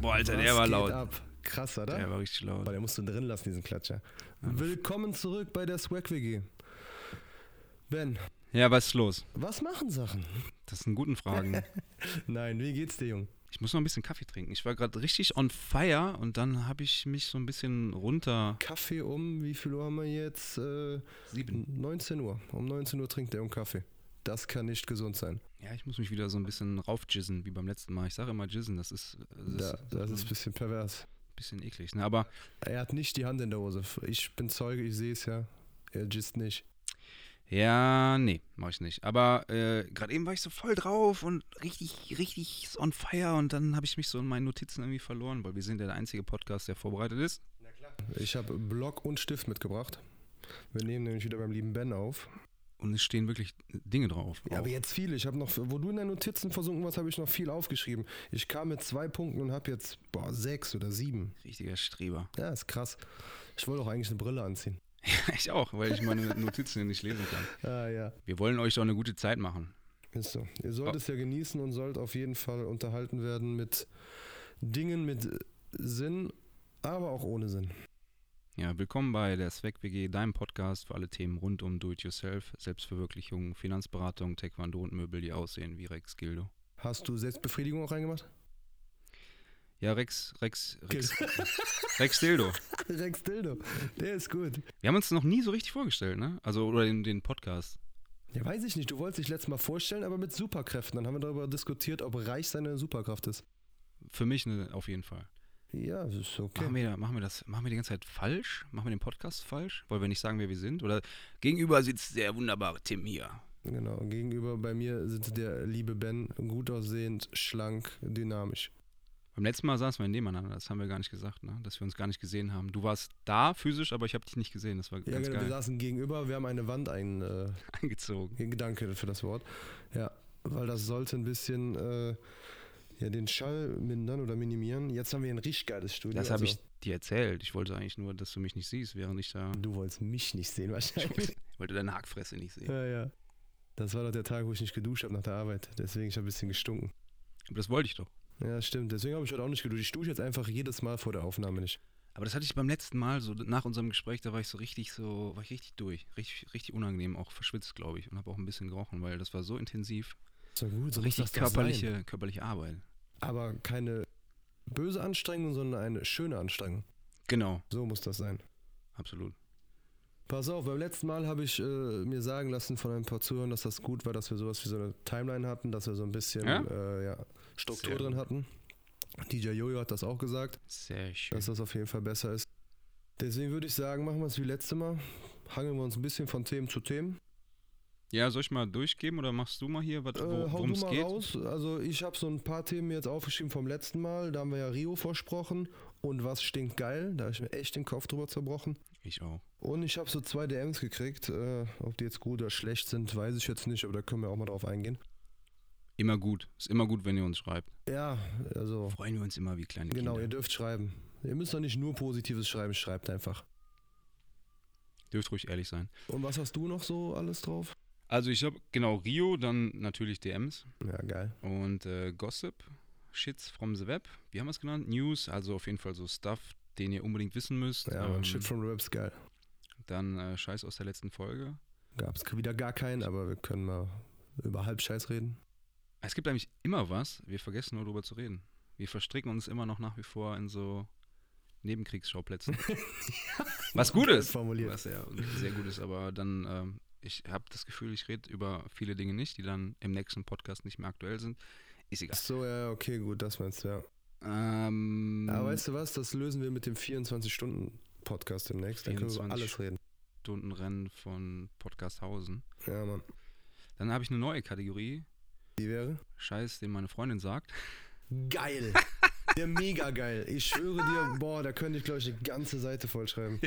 Boah, Alter, der Was war geht laut. Ab? Krass, oder? Der war richtig laut. Boah, der musst du drin lassen, diesen Klatscher. Willkommen zurück bei der Swag WG. Ben, Ja, was ist los? was machen Sachen? Das sind guten Fragen. Nein, wie geht's dir, Jung? Ich muss noch ein bisschen Kaffee trinken. Ich war gerade richtig on fire und dann habe ich mich so ein bisschen runter. Kaffee um, wie viel Uhr haben wir jetzt? Äh, Sieben. 19 Uhr. Um 19 Uhr trinkt er Jung Kaffee. Das kann nicht gesund sein. Ja, ich muss mich wieder so ein bisschen raufjizzen, wie beim letzten Mal. Ich sage immer jizzen, das ist, das Da, ist das ist ein bisschen pervers. ein bisschen eklig. Ne? Aber Er hat nicht die Hand in der Hose. Ich bin Zeuge, ich sehe es ja. Er gist nicht. ja, nee, mache ich nicht. Aber äh, gerade eben war ich so voll drauf und richtig, richtig on fire und dann habe ich mich so in meinen Notizen irgendwie verloren, weil wir sind ja der einzige Podcast, der vorbereitet ist. Ich habe Block und Stift mitgebracht. Wir nehmen nämlich wieder beim lieben Ben auf. Und es stehen wirklich Dinge drauf. Ja, auch. aber jetzt viele. Ich habe noch, wo du in deinen Notizen versunken warst, habe ich noch viel aufgeschrieben. Ich kam mit zwei Punkten und habe jetzt boah, sechs oder sieben. Richtiger Streber. Ja, ist krass. Ich wollte auch eigentlich eine Brille anziehen. ich auch, weil ich meine Notizen hier nicht lesen kann. Ah ja. Wir wollen euch doch eine gute Zeit machen. Ist so. Ihr sollt es ja genießen und sollt auf jeden Fall unterhalten werden mit Dingen mit äh, Sinn, aber auch ohne Sinn. Ja, willkommen bei der Swag WG, deinem Podcast für alle Themen rund um Do-it-yourself, Selbstverwirklichung, Finanzberatung, Taekwondo und Möbel, die aussehen wie Rex Gildo. Hast du Selbstbefriedigung auch reingemacht? Ja, Rex, Rex, Rex, Rex Dildo. Rex Dildo. Der ist gut. Wir haben uns noch nie so richtig vorgestellt, ne? Also, oder den, den Podcast. Ja, weiß ich nicht. Du wolltest dich letztes Mal vorstellen, aber mit Superkräften. Dann haben wir darüber diskutiert, ob reich seine Superkraft ist. Für mich ne, auf jeden Fall. Ja, das ist okay. Machen, wir, da- machen wir das, machen wir die ganze Zeit falsch? Machen wir den Podcast falsch? Wollen wir nicht sagen, wer wir sind? Oder gegenüber sitzt der wunderbare Tim hier. Genau, gegenüber bei mir sitzt der liebe Ben, gut aussehend, schlank, dynamisch. Beim letzten Mal saßen wir nebeneinander, das haben wir gar nicht gesagt, ne? dass wir uns gar nicht gesehen haben. Du warst da physisch, aber ich habe dich nicht gesehen. Das war Ja, ganz genau, wir geil saßen gegenüber, wir haben eine Wand ein, äh, eingezogen. Gedanke für das Wort. Ja, weil das sollte ein bisschen äh, ja, den Schall mindern oder minimieren. Jetzt haben wir ein richtig geiles Studio. Das habe also- ich dir erzählt. Ich wollte eigentlich nur, dass du mich nicht siehst, während ich da. Du wolltest mich nicht sehen wahrscheinlich. Ich wollte deine Hackfresse nicht sehen. ja, ja. Das war doch der Tag, wo ich nicht geduscht habe nach der Arbeit. Deswegen ich habe ein bisschen gestunken. Aber das wollte ich doch. Ja, stimmt. Deswegen habe ich heute auch nicht geduscht. Ich dusche jetzt einfach jedes Mal vor der Aufnahme nicht. Aber das hatte ich beim letzten Mal, so nach unserem Gespräch, da war ich so richtig, so, war ich richtig durch. Richtig, richtig unangenehm, auch verschwitzt, glaube ich. Und habe auch ein bisschen gerochen, weil das war so intensiv. So gut, so muss richtig das doch sein. körperliche, körperliche Arbeit. Aber keine böse Anstrengung, sondern eine schöne Anstrengung. Genau, So muss das sein. absolut. Pass auf, beim letzten Mal habe ich äh, mir sagen lassen von ein paar Zuhörern, dass das gut war, dass wir sowas wie so eine Timeline hatten, dass wir so ein bisschen Ja? Äh, ja, Struktur Sehr drin hatten. DJ Jojo hat das auch gesagt, Sehr schön. dass das auf jeden Fall besser ist. Deswegen würde ich sagen, machen wir es wie letztes Mal. Hangeln wir uns ein bisschen von Themen zu Themen. Ja, soll ich mal durchgeben oder machst du mal hier, was- Äh, wo- hau worum du es mal geht? raus. Also ich habe so ein paar Themen mir jetzt aufgeschrieben vom letzten Mal. Da haben wir ja Rio versprochen und was stinkt geil. Da habe ich mir echt den Kopf drüber zerbrochen. Ich auch. Und ich habe so zwei DMs gekriegt. Äh, ob die jetzt gut oder schlecht sind, weiß ich jetzt nicht, aber da können wir auch mal drauf eingehen. Immer gut. Ist immer gut, wenn ihr uns schreibt. Ja, also Freuen wir uns immer wie kleine genau, ihr Kinder. dürft schreiben. Ihr müsst doch nicht nur Positives schreiben, schreibt einfach. Dürft ruhig ehrlich sein. Und was hast du noch so alles drauf? Also ich habe genau Rio, dann natürlich DMs Ja, geil. und äh, Gossip, Shits from the Web. Wie haben wir es genannt? News, also auf jeden Fall so Stuff, den ihr unbedingt wissen müsst. Ja, Ähm, man, Shit from the Webs, geil. dann äh, Scheiß aus der letzten Folge. Gab's wieder gar keinen, aber wir können mal über Halbscheiß reden. Es gibt eigentlich immer was, wir vergessen nur darüber zu reden. Wir verstricken uns immer noch nach wie vor in so Nebenkriegsschauplätzen. was gut ist. Formuliert. Was ja sehr gut ist, aber dann, ähm, ich habe das Gefühl, ich rede über viele Dinge nicht, die dann im nächsten Podcast nicht mehr aktuell sind. Ist Ach egal. So, ja, okay, gut, das meinst du, ja. Ähm, Aber weißt du was, das lösen wir mit dem 24-Stunden-Podcast demnächst. Dann können wir über 24 alles reden. Stundenrennen von Podcasthausen. Ja, Mann. Dann habe ich eine neue Kategorie. Die wäre? Scheiß, den meine Freundin sagt. Geil. Der mega geil. Ich schwöre dir, boah, da könnte ich, glaube ich, eine ganze Seite vollschreiben.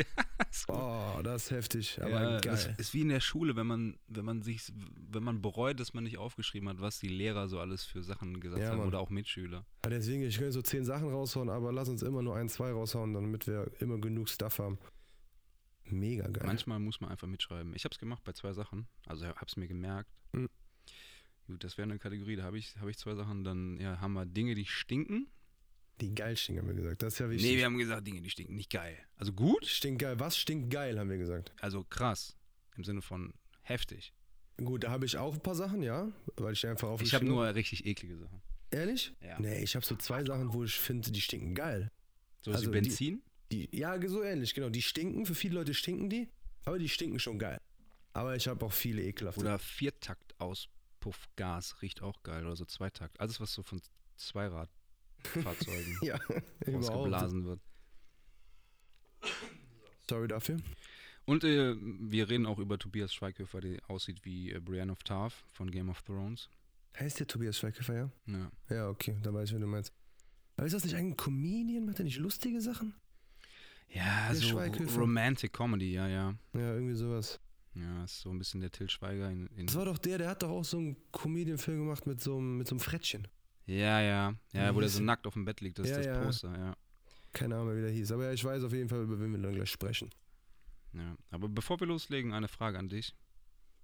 Boah, das ist heftig, aber Ja, das geil. ist wie in der Schule, wenn man, wenn man sich, wenn man bereut, dass man nicht aufgeschrieben hat, was die Lehrer so alles für Sachen gesagt Ja, haben Mann. oder auch Mitschüler. Ja, deswegen, ich könnte so zehn Sachen raushauen, aber lass uns immer nur ein, zwei raushauen, damit wir immer genug Stuff haben. Mega geil. Manchmal muss man einfach mitschreiben. Ich habe es gemacht bei zwei Sachen. Also habe es mir gemerkt. Mhm. Gut, das wäre eine Kategorie. Da habe ich, hab ich zwei Sachen. Dann ja, haben wir Dinge, die stinken. Die geil stinken, haben wir gesagt. Das ist ja wichtig. Nee, wir haben gesagt, Dinge, die stinken. Nicht geil. Also gut, stinkt geil. Was stinkt geil, haben wir gesagt. also krass. Im Sinne von heftig. Gut, da habe ich auch ein paar Sachen, ja. Weil ich die einfach Ich habe aufgeschrieben nur richtig eklige Sachen. Ehrlich? Ja. Nee, ich habe so zwei Sachen, wo ich finde, die stinken geil. So also Also wie Benzin? Die, ja, so ähnlich, genau. Die stinken, für viele Leute stinken die, aber die stinken schon geil. Aber ich habe auch viele ekelhafte. Oder Viertakt-Auspuffgas riecht auch geil. Oder so Zweitakt. Alles, was so von Zweiradfahrzeugen ja, überhaupt. ausgeblasen wird. Sorry dafür. Und äh, wir reden auch über Tobias Schweighöfer, der aussieht wie äh, Brienne of Tarth von Game of Thrones. Heißt der Tobias Schweighöfer, ja? Ja. Ja, okay, da weiß ich, wen du meinst. Aber ist das nicht ein Comedian? Macht er nicht lustige Sachen? Ja, Der so Schweighöfer. Romantic Comedy, ja, ja. Ja, irgendwie sowas. Ja, ist so ein bisschen der Till Schweiger in. in Das war doch der, der hat doch auch so einen Comedian-Film gemacht mit so, einem- mit so einem Frettchen. ja, ja. Ja, wo der so Hieß- nackt auf dem Bett liegt, das Ja, ist das ja. Poster, ja. Keine Ahnung, mehr, wie der hieß. Aber ja, ich weiß auf jeden Fall, über wen wir dann gleich sprechen. ja. Aber bevor wir loslegen, eine Frage an dich,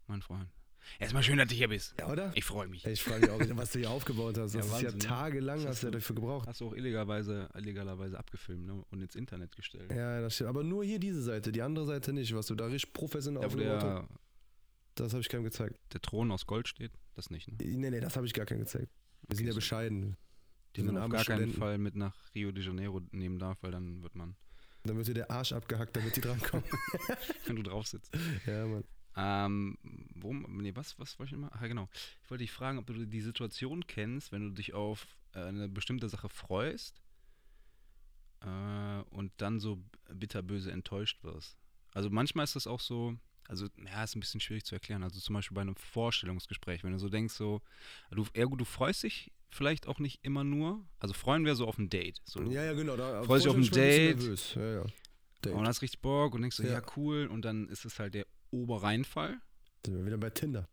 mein Freund. Erstmal schön, dass du hier bist. Ja, oder? Ich freue mich. Ey, Ich frage mich auch, was du hier aufgebaut hast. Ja, Das ist ja Wahnsinn, ne? tagelang, Das hast du ja ist so- dafür gebraucht. Hast du auch illegalerweise, illegalerweise abgefilmt ne? und ins Internet gestellt. Ja, das stimmt. Aber nur hier diese Seite, die andere Seite nicht. Was du da richtig professionell da, wo aufgebaut hast, der, das habe ich keinem gezeigt. der Thron aus Gold steht, das nicht, ne? Nee, nee, das habe ich gar keinem gezeigt. Wir sind ja so. bescheiden. Die man sind auf arme gar keinen Studenten. Fall mit nach Rio de Janeiro nehmen darf, weil dann wird man, Dann wird dir der Arsch abgehackt, damit die drankommen. wenn du drauf sitzt. ja, Mann. Ähm, worum, nee, was, was wollte ich immer? Ach ja, genau. Ich wollte dich fragen, ob du die Situation kennst, wenn du dich auf äh, eine bestimmte Sache freust äh, und dann so bitterböse enttäuscht wirst. Also manchmal ist das auch so, also ja, ist ein bisschen schwierig zu erklären. Also zum Beispiel bei einem Vorstellungsgespräch, wenn du so denkst, so, du, ja gut, du freust dich vielleicht auch nicht immer nur. Also freuen wir so auf ein Date. So, Ja, ja, genau. Da, Freust dich auf ein Vorstellungsgespräch Date. bist du Nervös. Ja, ja. Date. Und hast richtig Bock und denkst so, ja. Ja. cool. Und dann ist es halt der Oberreinfall. Sind wir wieder bei Tinder.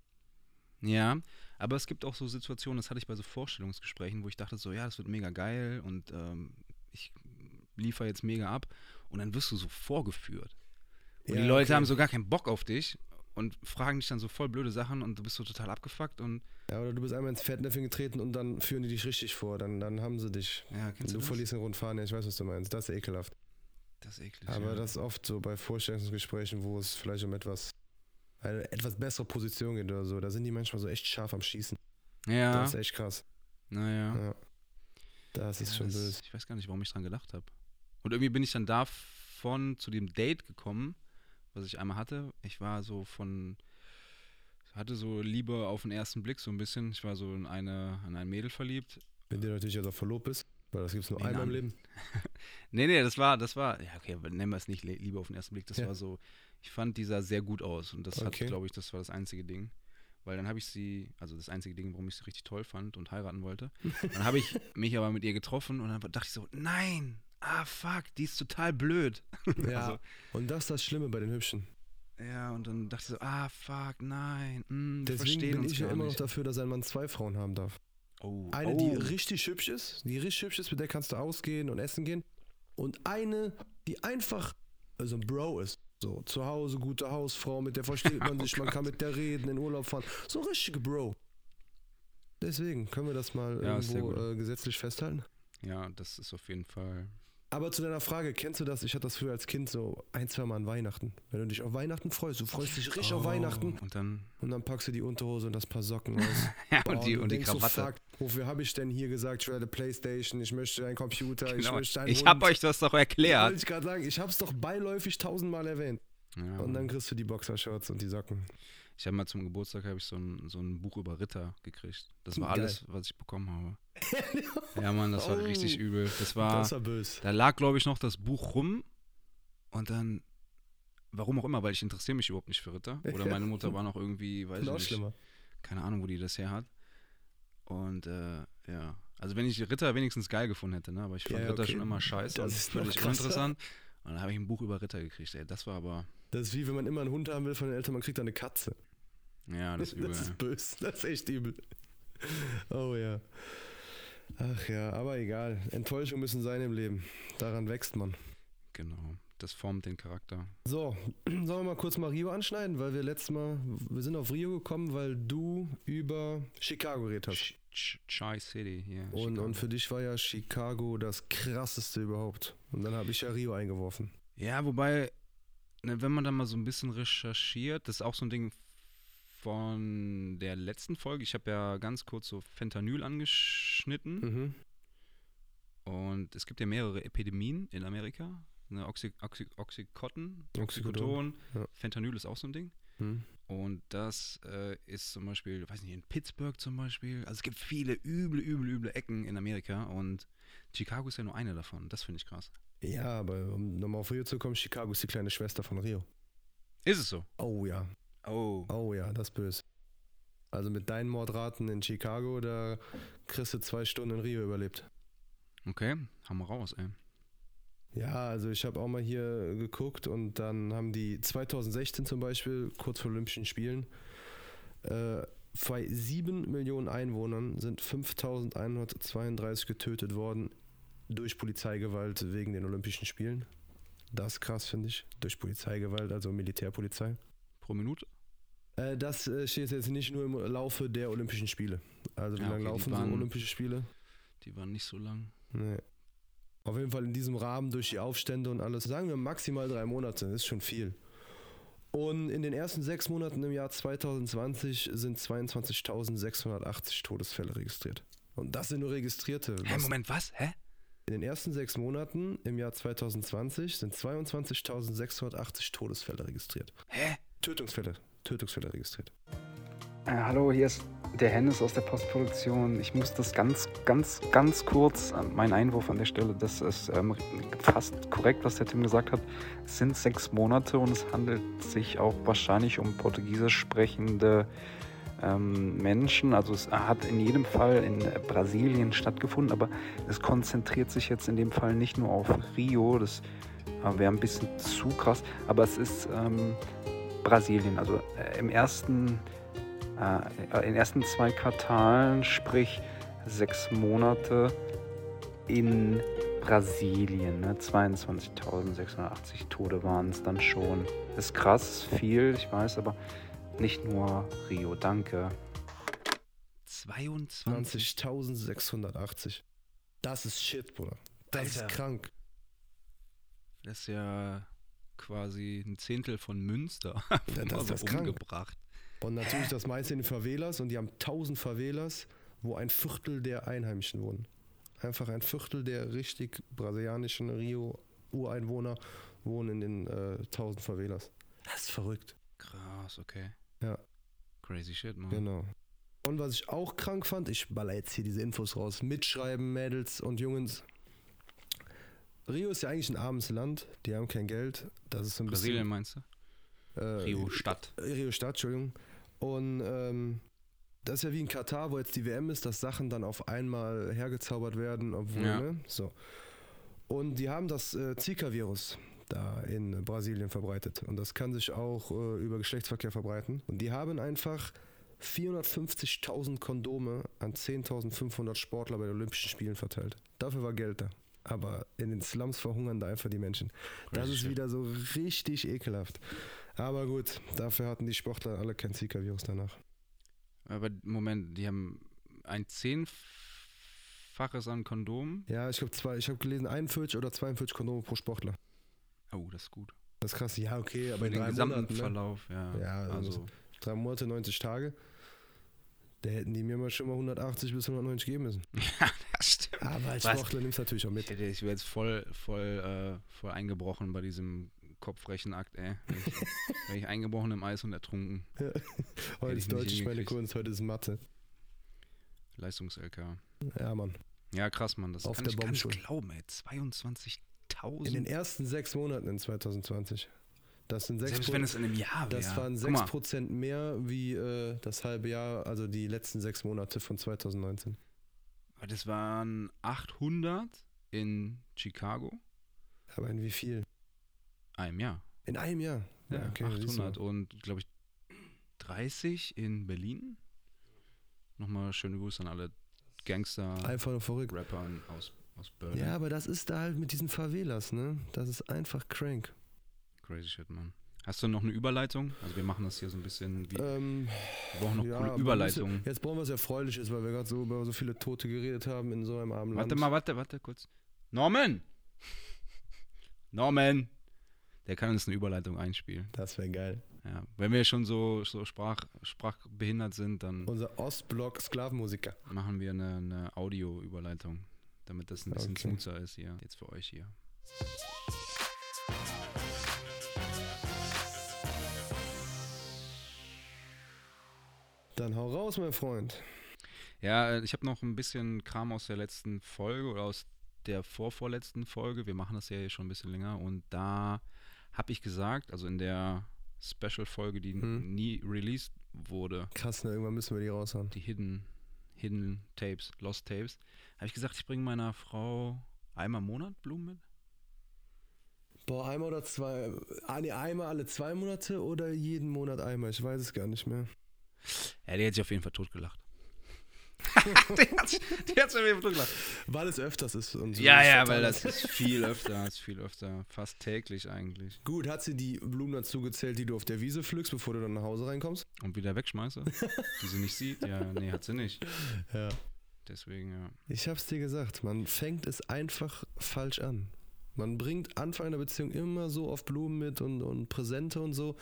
Ja, aber es gibt auch so Situationen, das hatte ich bei so Vorstellungsgesprächen, wo ich dachte so, ja, das wird mega geil und ähm, ich liefere jetzt mega ab. Und dann wirst du so vorgeführt. Und Ja, die Leute okay. haben so gar keinen Bock auf dich und fragen dich dann so voll blöde Sachen und du bist so total abgefuckt und Ja, oder du bist einmal ins Fettnäpfchen getreten und dann führen die dich richtig vor. Dann, dann haben sie dich. ja, kennst du, du das? verlierst den Rundfahren. Ja, ich weiß, was du meinst. Das ist ekelhaft. Das ist eklig. Aber ja. das ist oft so bei Vorstellungsgesprächen, wo es vielleicht um etwas eine etwas bessere Position geht oder so. Da sind die manchmal so echt scharf am Schießen. Das ja, ist echt krass. naja. Ja. Das ist Ja, schon das- böse. Ich weiß gar nicht, warum ich dran gedacht habe. Und irgendwie bin ich dann davon zu dem Date gekommen, was ich einmal hatte. Ich war so von, hatte so Liebe auf den ersten Blick so ein bisschen. Ich war so in eine, an ein Mädel verliebt. Wenn du natürlich jetzt auch verlobt bist, weil das gibt's nur Nee, einmal im nein. Leben. Nee, nee, das war, das war, ja okay, aber nennen wir es nicht Le- Liebe auf den ersten Blick. Das Ja. war so, ich fand die sah sehr gut aus und das Okay. hat, glaube ich, das war das einzige Ding. Weil dann habe ich sie, also das einzige Ding, warum ich sie richtig toll fand und heiraten wollte. Dann habe ich mich aber mit ihr getroffen und dann dachte ich so, nein, ah fuck, die ist total blöd. Ja. Also- Und das ist das Schlimme bei den Hübschen. Ja, und dann dachte ich so, ah, fuck, nein, mm, wir Deswegen verstehen bin uns ich ja gar immer noch nicht. dafür, dass ein Mann zwei Frauen haben darf. Oh, Eine, oh. die richtig hübsch ist, die richtig hübsch ist, mit der kannst du ausgehen und essen gehen. Und eine, die einfach so ein Bro ist. So, zu Hause, gute Hausfrau, mit der versteht man Oh sich, man kann mit der reden, in Urlaub fahren. So ein richtiger Bro. Deswegen können wir das mal Ja, ist sehr irgendwo gut. äh, gesetzlich festhalten. Ja, das ist auf jeden Fall. Aber zu deiner Frage, kennst du das? Ich hatte das früher als Kind so ein, zwei Mal an Weihnachten. Wenn du dich auf Weihnachten freust, du freust dich richtig auf Oh, Weihnachten Und dann. und dann packst du die Unterhose und das paar Socken aus. Ja, Boah, und die, du und die denkst so, Krawatte. fuck, wofür habe ich denn hier gesagt, ich werde Playstation, ich möchte einen Computer, ich genau. möchte einen Ich hab Hund. euch das doch Wollte erklärt. ich gerade sagen, ich habe es doch beiläufig tausendmal erwähnt. Ja, Und dann kriegst du die Boxershorts und die Socken. ich habe mal zum Geburtstag hab ich so, ein, so ein Buch über Ritter gekriegt. Das war Geil. alles, was ich bekommen habe. ja, Mann, das war richtig Oh. übel. Das war. das war böse. Da lag, glaube ich, noch das Buch rum und dann, warum auch immer, weil ich interessiere mich überhaupt nicht für Ritter. Oder meine Mutter war noch irgendwie, weiß ich Noch nicht, schlimmer. keine Ahnung, wo die das her hat. Und äh, ja, also wenn ich Ritter wenigstens geil gefunden hätte, ne? aber ich fand Ja, ja, Ritter okay. schon immer scheiße Das und ist noch völlig krasser. uninteressant. Und dann habe ich ein Buch über Ritter gekriegt, ey. Das war aber, Das ist wie wenn man immer einen Hund haben will von den Eltern, man kriegt dann eine Katze. ja, das Das, ist übel. ey. ist böse, das ist echt übel. Oh ja. Ach ja, aber egal. Enttäuschungen müssen sein im Leben. Daran wächst man. Genau, das formt den Charakter. So, sollen wir mal kurz mal Rio anschneiden, weil wir letztes Mal, wir sind auf Rio gekommen, weil du über Chicago geredet hast. Sch- Ch Chai City hier. Und, Chicago. und für dich war ja Chicago das krasseste überhaupt. Und dann habe ich ja Rio eingeworfen. Ja, wobei, ne, wenn man da mal so ein bisschen recherchiert, das ist auch so ein Ding von der letzten Folge. Ich habe ja ganz kurz so Fentanyl angeschnitten. Mhm. Und es gibt ja mehrere Epidemien in Amerika. Ne, Oxy, Oxy, Oxycontin, Oxycodon, Oxycodon, ja. Fentanyl ist auch so ein Ding. Mhm. Und das äh, ist zum Beispiel, weiß nicht, in Pittsburgh zum Beispiel. Also es gibt viele üble, üble, üble Ecken in Amerika und Chicago ist ja nur eine davon. Das finde ich krass. Ja, aber um nochmal auf Rio zu kommen, Chicago ist die kleine Schwester von Rio. Ist es so? Oh ja, Oh. oh ja, das ist böse. Also mit deinen Mordraten in Chicago, da kriegst du zwei Stunden in Rio überlebt. Okay, haben wir raus, ey. Ja, also ich habe auch mal hier geguckt und dann haben die 2016 zum Beispiel, kurz vor Olympischen Spielen, äh, bei 7 Millionen Einwohnern sind 5132 getötet worden durch Polizeigewalt wegen den Olympischen Spielen. Das ist krass, finde ich. Durch Polizeigewalt, also Militärpolizei. Pro Minute? Äh, das äh, steht jetzt nicht nur im Laufe der Olympischen Spiele. Also wie Ja, okay, lange die laufen so waren- Olympische Spiele? Die waren nicht so lang. Nee. Auf jeden Fall in diesem Rahmen durch die Aufstände und alles. Sagen wir maximal drei Monate, ist schon viel. Und in den ersten sechs Monaten im Jahr 2020 sind 22.680 Todesfälle registriert. Und das sind nur registrierte. Hä, Was- Moment, was? Hä? In den ersten sechs Monaten im Jahr 2020 sind 22.680 Todesfälle registriert. Hä? Tötungsfälle. Tötungsfälle registriert. Äh, hallo, hier ist der Hennes aus der Postproduktion. Ich muss das ganz, ganz, ganz kurz, äh, mein Einwurf an der Stelle, das ist ähm, fast korrekt, was der Tim gesagt hat. Es sind sechs Monate und es handelt sich auch wahrscheinlich um portugiesisch sprechende ähm, Menschen. Also es hat in jedem Fall in äh, Brasilien stattgefunden, aber es konzentriert sich jetzt in dem Fall nicht nur auf Rio, das äh, wäre ein bisschen zu krass, aber es ist ähm, Brasilien. Also äh, im ersten äh, in den ersten zwei Quartalen, sprich sechs Monate in Brasilien. Ne? 22.680 Tode waren es dann schon. Ist krass, ist viel, ich weiß, aber nicht nur Rio. Danke. 22. 20.680. Das ist Shit, Bruder. Das Alter. ist krank. Das ist ja quasi ein Zehntel von Münster. Ja, das- Also das ist krank. umgebracht. Und natürlich das meiste in den Favelas und die haben 1000 Favelas, wo ein Viertel der Einheimischen wohnen. Einfach ein Viertel der richtig brasilianischen Rio-Ureinwohner wohnen in den äh, 1000 Favelas. Das ist verrückt. Krass, okay. Ja. Crazy shit, man. Genau. Und was ich auch krank fand, ich baller jetzt hier diese Infos raus. Mitschreiben, Mädels und Jungens. Rio ist ja eigentlich ein armes Land, die haben kein Geld. Das ist so ein Brasilien meinst du? bisschen. Äh, Rio Stadt. Rio Stadt, Entschuldigung. Und ähm, das ist ja wie in Katar, wo jetzt die WM ist, dass Sachen dann auf einmal hergezaubert werden, obwohl, Ja. ne? So. Und die haben das äh, Zika-Virus da in Brasilien verbreitet. Und das kann sich auch äh, über Geschlechtsverkehr verbreiten. Und die haben einfach 450.000 Kondome an 10.500 Sportler bei den Olympischen Spielen verteilt. Dafür war Geld da. Aber in den Slums verhungern da einfach die Menschen. Das Crazy ist shit. wieder so richtig ekelhaft. Aber gut, dafür hatten die Sportler alle kein Zika-Virus danach. Aber Moment, die haben ein Zehnfaches an Kondomen. Ja, ich glaube zwei, ich habe gelesen 41 oder 42 Kondome pro Sportler. Oh, das ist gut. Das ist krass. Ja, okay, aber Für in den drei gesamten Monaten, ne? Verlauf, ja. Ja, also- also, Drei Monate, 90 Tage. Da hätten die mir mal schon mal 180 bis 190 geben müssen. ja, das stimmt. Aber als Was? Sportler nimmst du natürlich auch Ich, mit. hätte- ich wäre jetzt voll, voll, äh, voll eingebrochen bei diesem Kopfrechenakt, ey. Wäre ich, wär ich eingebrochen im Eis und ertrunken. Heute ich ist nicht Deutsch, ich meine hingekriegt. Kunst, heute ist Mathe. Leistungs-LK. Ja, Mann. Ja, krass, Mann. Das Auf kann der ich gar nicht Baumschule. glauben, ey. In den 22.000. ersten sechs Monaten in 2020. Das sind sechs Selbst Pro- wenn es in einem Jahr wäre. Das waren Guck mal, 6% mehr wie äh, das halbe Jahr, also die letzten sechs Monate von 2019. Das waren 800 in Chicago. Aber in wie viel? Einem Jahr. In einem Jahr. Ja, siehst du. 800 und glaube ich 30 in Berlin. Nochmal schöne Grüße an alle Gangster, Einfach nur verrückt. Rapper aus, aus Berlin. ne? Ja, aber das ist da halt mit diesen Favelas, ne? Das ist einfach crank. Crazy shit, Mann. Hast du noch eine Überleitung? Also wir machen das hier so ein bisschen wie. Ähm, wir brauchen noch ja, coole aber Überleitungen. müssen- Jetzt brauchen wir was Erfreuliches, weil wir gerade so über so viele Tote geredet haben in so einem armen Warte Land. mal, warte, warte kurz. Norman! Norman! Der kann uns eine Überleitung einspielen. Das wäre geil. Ja. Wenn wir schon so, so sprach, sprachbehindert sind, dann Unser Ostblock-Sklavenmusiker. machen wir eine, eine Audio-Überleitung, damit das ein bisschen Okay. smoother ist hier. Jetzt für euch hier. Dann hau raus, mein Freund. Ja, äh, ich habe noch ein bisschen Kram aus der letzten Folge oder aus der vorvorletzten Folge. Wir machen das ja hier schon ein bisschen länger und da habe ich gesagt, also in der Special-Folge, die Hm. nie released wurde, Krass, ne? Irgendwann müssen wir die raushauen. die Hidden, Hidden Tapes, Lost Tapes, habe ich gesagt, ich bringe meiner Frau einmal im Monat Blumen mit. Boah, einmal oder zwei. Ah, nee, einmal alle zwei Monate oder jeden Monat einmal? Ich weiß es gar nicht mehr. Ja, die hat sich auf jeden Fall totgelacht. die hat sich die hat sich auf jeden Fall totgelacht. Weil es öfters ist und so. Ja, Das ist ja, total weil das ist viel öfter, ist viel öfter, fast täglich eigentlich. Gut, hat sie die Blumen dazu gezählt, die du auf der Wiese pflückst, bevor du dann nach Hause reinkommst? Und wieder wegschmeiße, die sie nicht sieht. Ja, nee, hat sie nicht. Ja. Deswegen, ja. Ich hab's dir gesagt, man fängt es einfach falsch an. Man bringt Anfang einer Beziehung immer so oft Blumen mit und, und Präsente und so.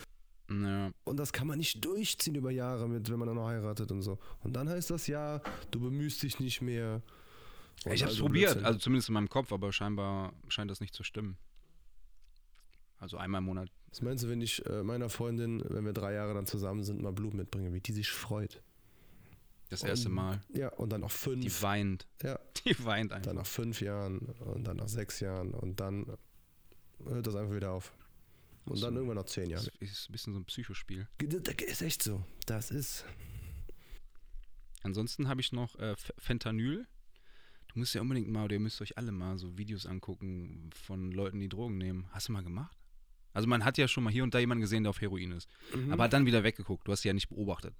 ja. Und das kann man nicht durchziehen über Jahre mit, wenn man dann noch heiratet und so. Und dann heißt das ja, du bemühst dich nicht mehr. Und Ich habe es also probiert, Blödsinn. also zumindest in meinem Kopf, aber scheinbar scheint das nicht zu stimmen. Also einmal im Monat. Was meinst du, wenn ich äh, meiner Freundin, wenn wir drei Jahre dann zusammen sind, mal Blumen mitbringe, wie die sich freut? Das erste Und- Mal. Ja, und dann noch fünf. Die weint. ja, Die weint dann einfach. nach fünf Jahren und dann nach sechs Jahren und dann hört das einfach wieder auf. Und dann So. irgendwann nach zehn Das Jahren. ist ein bisschen so ein Psychospiel. Ist echt so. Das ist. Ansonsten habe ich noch äh, F- Fentanyl. Du musst ja unbedingt mal, oder ihr müsst euch alle mal so Videos angucken von Leuten, die Drogen nehmen. Hast du mal gemacht? Also man hat ja schon mal hier und da jemanden gesehen, der auf Heroin ist. Hm. mhm. Aber hat dann wieder weggeguckt. Du hast sie ja nicht beobachtet.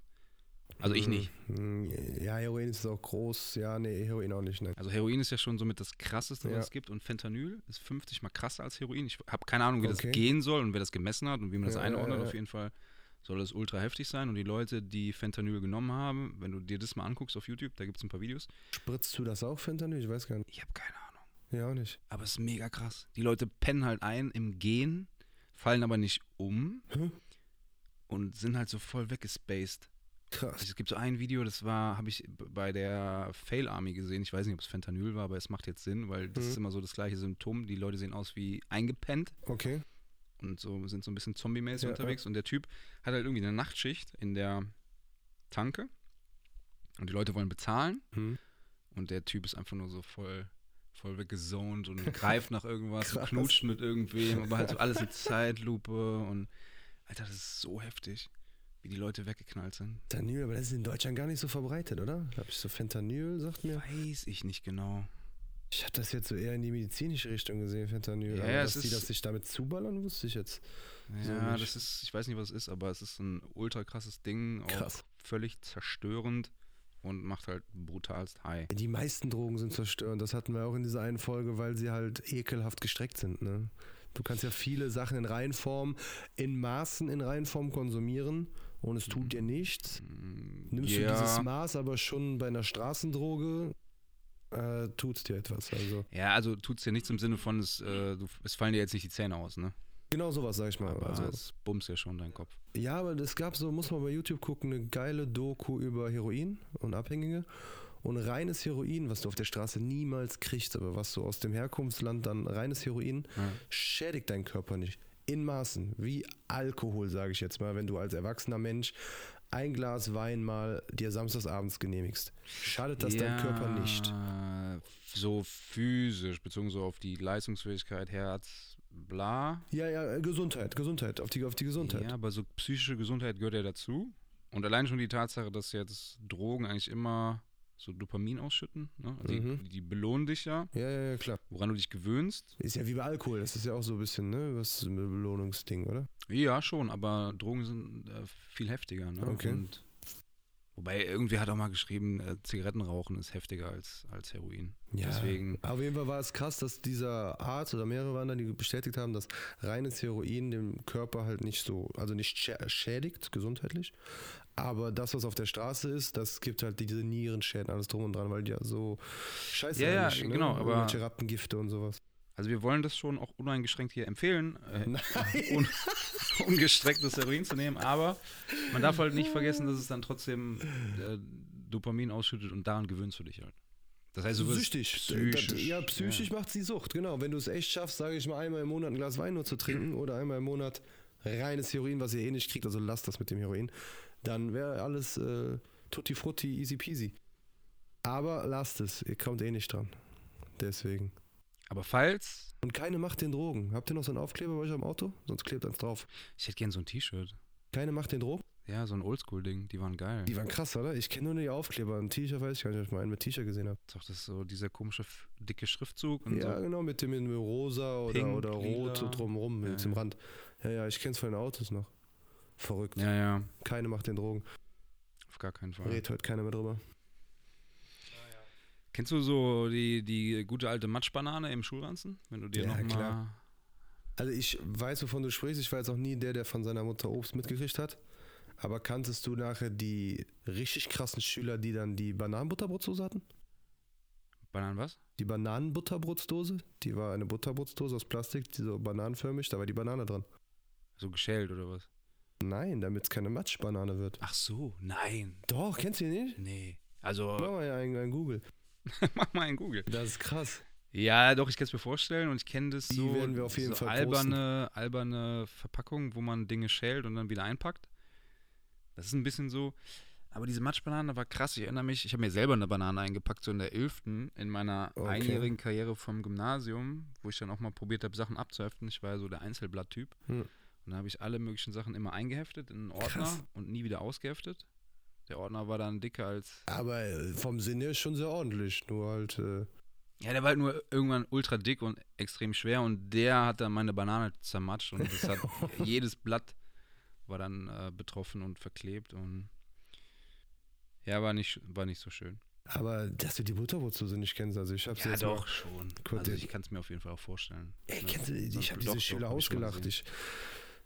Also ich nicht. Mhm. Ja, Heroin ist auch groß. Ja, nee, Heroin auch nicht. Nein. Also Heroin ist ja schon somit das krasseste, Ja. was es gibt und Fentanyl ist 50 mal krasser als Heroin. Ich habe keine Ahnung, wie Okay. das gehen soll und wer das gemessen hat und wie man das Ja, ja, einordnet. ja, ja. Auf jeden Fall soll das ultra heftig sein und die Leute, die Fentanyl genommen haben, wenn du dir das mal anguckst auf YouTube, da gibt es ein paar Videos. Spritzt du das auch, Fentanyl? Ich weiß gar nicht. Ich habe keine Ahnung, Ja, auch nicht. aber es ist mega krass. Die Leute pennen halt ein im Gehen, fallen aber nicht um Hä? und sind halt so voll weggespaced. Also Krass. Es gibt so ein Video, das war, habe ich b- bei der Fail Army gesehen. Ich weiß nicht, ob es Fentanyl war, aber es macht jetzt Sinn, weil das Mhm. ist immer so das gleiche Symptom. Die Leute sehen aus wie eingepennt Okay. und so sind so ein bisschen zombie-mäßig Ja, unterwegs. Und der Typ hat halt irgendwie eine Nachtschicht in der Tanke und die Leute wollen bezahlen Hm. und der Typ ist einfach nur so voll voll weggezoned und greift nach irgendwas und Krass. knutscht mit irgendwem, aber halt so alles in Zeitlupe und Alter, das ist so heftig, wie die Leute weggeknallt sind. Fentanyl, aber das ist in Deutschland gar nicht so verbreitet, oder? Hab ich so Fentanyl, sagt mir. Weiß ich nicht genau. Ich habe das jetzt so eher in die medizinische Richtung gesehen, Fentanyl. Ja, aber ja, dass es die ist- das sich damit zuballern, wusste ich jetzt. So Ja, nicht. das ist, ich weiß nicht, was es ist, aber es ist ein ultra krasses Ding, auch Krass. völlig zerstörend und macht halt brutalst high. Die meisten Drogen sind zerstörend. Das hatten wir auch in dieser einen Folge, weil sie halt ekelhaft gestreckt sind. Ne? Du kannst ja viele Sachen in Reinform, in Maßen in Reinform konsumieren und es tut dir nichts. Mm, Nimmst du dieses Maß aber schon bei einer Straßendroge, äh, tut's dir etwas. Also ja, also tut's dir nichts im Sinne von, es, äh, du, es fallen dir jetzt nicht die Zähne aus, ne? genau sowas sag ich mal. Aber also, es bumst ja schon deinen Kopf. Ja, aber es gab so, muss man bei YouTube gucken, eine geile Doku über Heroin und Abhängige. Und reines Heroin, was du auf der Straße niemals kriegst, aber was du aus dem Herkunftsland dann reines Heroin, Ja. schädigt deinen Körper nicht. In Maßen, wie Alkohol, sage ich jetzt mal, wenn du als erwachsener Mensch ein Glas Wein mal dir samstagsabends genehmigst. Schadet das deinem Körper nicht. So physisch, bezogen so auf die Leistungsfähigkeit, Herz, bla. Ja, ja, Gesundheit, Gesundheit, auf die, auf die Gesundheit. Ja, aber so psychische Gesundheit gehört ja dazu. Und allein schon die Tatsache, dass jetzt Drogen eigentlich immer so Dopamin ausschütten, ne? also die, Mhm. die belohnen dich ja, Ja, ja, ja, klar. woran du dich gewöhnst. Ist ja wie bei Alkohol, das ist ja auch so ein bisschen, ne, was ein Belohnungsding, oder? Ja, schon, aber Drogen sind äh, viel heftiger. Ne? Okay. Und Wobei irgendwer hat auch mal geschrieben, äh, Zigarettenrauchen ist heftiger als, als Heroin. Ja, Deswegen, Auf jeden Fall war es krass, dass dieser Arzt oder mehrere waren dann, die bestätigt haben, dass reines Heroin dem Körper halt nicht so, also nicht schä schädigt gesundheitlich. Aber das, was auf der Straße ist, das gibt halt diese Nierenschäden, alles drum und dran, weil die ja so scheiße Ja, ja, riechen, genau, aber- Irgendwelche Rattengifte und sowas. also wir wollen das schon auch uneingeschränkt hier empfehlen, äh, Nein. un ungestrecktes Heroin zu nehmen, aber man darf halt nicht vergessen, dass es dann trotzdem äh, Dopamin ausschüttet und daran gewöhnst du dich halt. Das heißt, du wirst Süchtig. psychisch. Das, ja, psychisch macht sie Sucht, genau. Wenn du es echt schaffst, sage ich mal, einmal im Monat ein Glas Wein nur zu trinken oder einmal im Monat reines Heroin, was ihr eh nicht kriegt, also lasst das mit dem Heroin, dann wäre alles äh, tutti frutti, easy peasy. Aber lasst es, ihr kommt eh nicht dran. Deswegen. Aber falls, Und keine macht den Drogen. Habt ihr noch so einen Aufkleber bei euch am Auto? Sonst klebt eins drauf. ich hätte gern so ein T-Shirt. Keine macht den Drogen? Ja, so ein Oldschool-Ding, die waren geil. Die waren krass, oder? Ich kenne nur die Aufkleber. Ein T-Shirt weiß ich gar nicht, ob ich mal einen mit T-Shirt gesehen habe. Doch, das ist so dieser komische f- dicke Schriftzug und Ja, so. genau, mit dem in rosa oder, Pink, oder lila. rot so drumrum, Ja, mit dem ja. Rand. Ja, ja, ich kenn's von den Autos noch. Verrückt. Ja, ja, Keine macht den Drogen. auf gar keinen Fall. Redet heute keiner mehr drüber. Kennst du so die, die gute alte Matschbanane im Schulranzen? Wenn du dir Ja, noch nochmal. klar. Also ich weiß, wovon du sprichst. Ich war jetzt auch nie der, der von seiner Mutter Obst mitgekriegt hat. Aber kanntest du nachher die richtig krassen Schüler, die dann die Bananenbutterbrotdose hatten? Bananen was? Die Bananenbutterbrotdose, die war eine Butterbrotdose aus Plastik, die so bananenförmig, da war die Banane dran. So geschält oder was? Nein, damit es keine Matschbanane wird. Ach so, nein. Doch, kennst du die nicht? Nee. Also, Mach mal ja einen, einen Google. mach mal in Google. Das ist krass. Ja, doch, ich kann es mir vorstellen und ich kenne das Die so. werden wir auf jeden so Fall alberne, alberne Verpackung, wo man Dinge schält und dann wieder einpackt. Das ist ein bisschen so. Aber diese Matschbanane war krass. Ich erinnere mich, ich habe mir selber eine Banane eingepackt, so in der 11. in meiner Okay. einjährigen Karriere vom Gymnasium, wo ich dann auch mal probiert habe, Sachen abzuheften. Ich war ja so der Einzelblatttyp. Hm. Und da habe ich alle möglichen Sachen immer eingeheftet in einen Ordner Krass. und nie wieder ausgeheftet. Der Ordner war dann dicker als. Aber äh, vom Sinn her ist schon sehr ordentlich. Nur halt, äh, Ja, der war halt nur irgendwann ultra dick und extrem schwer und der hat dann meine Banane zermatscht und das hat jedes Blatt war dann äh, betroffen und verklebt und ja, war nicht, war nicht so schön. aber dass du die Butterwurzel nicht kennst, also ich hab's jetzt mal- schon. Gut, also den- ich kann es mir auf jeden Fall auch vorstellen. Ey, Ne? kennst du, die? ich Sonst- habe diese doch, doch, Schüler hab ich schon mal ausgelacht. gesehen.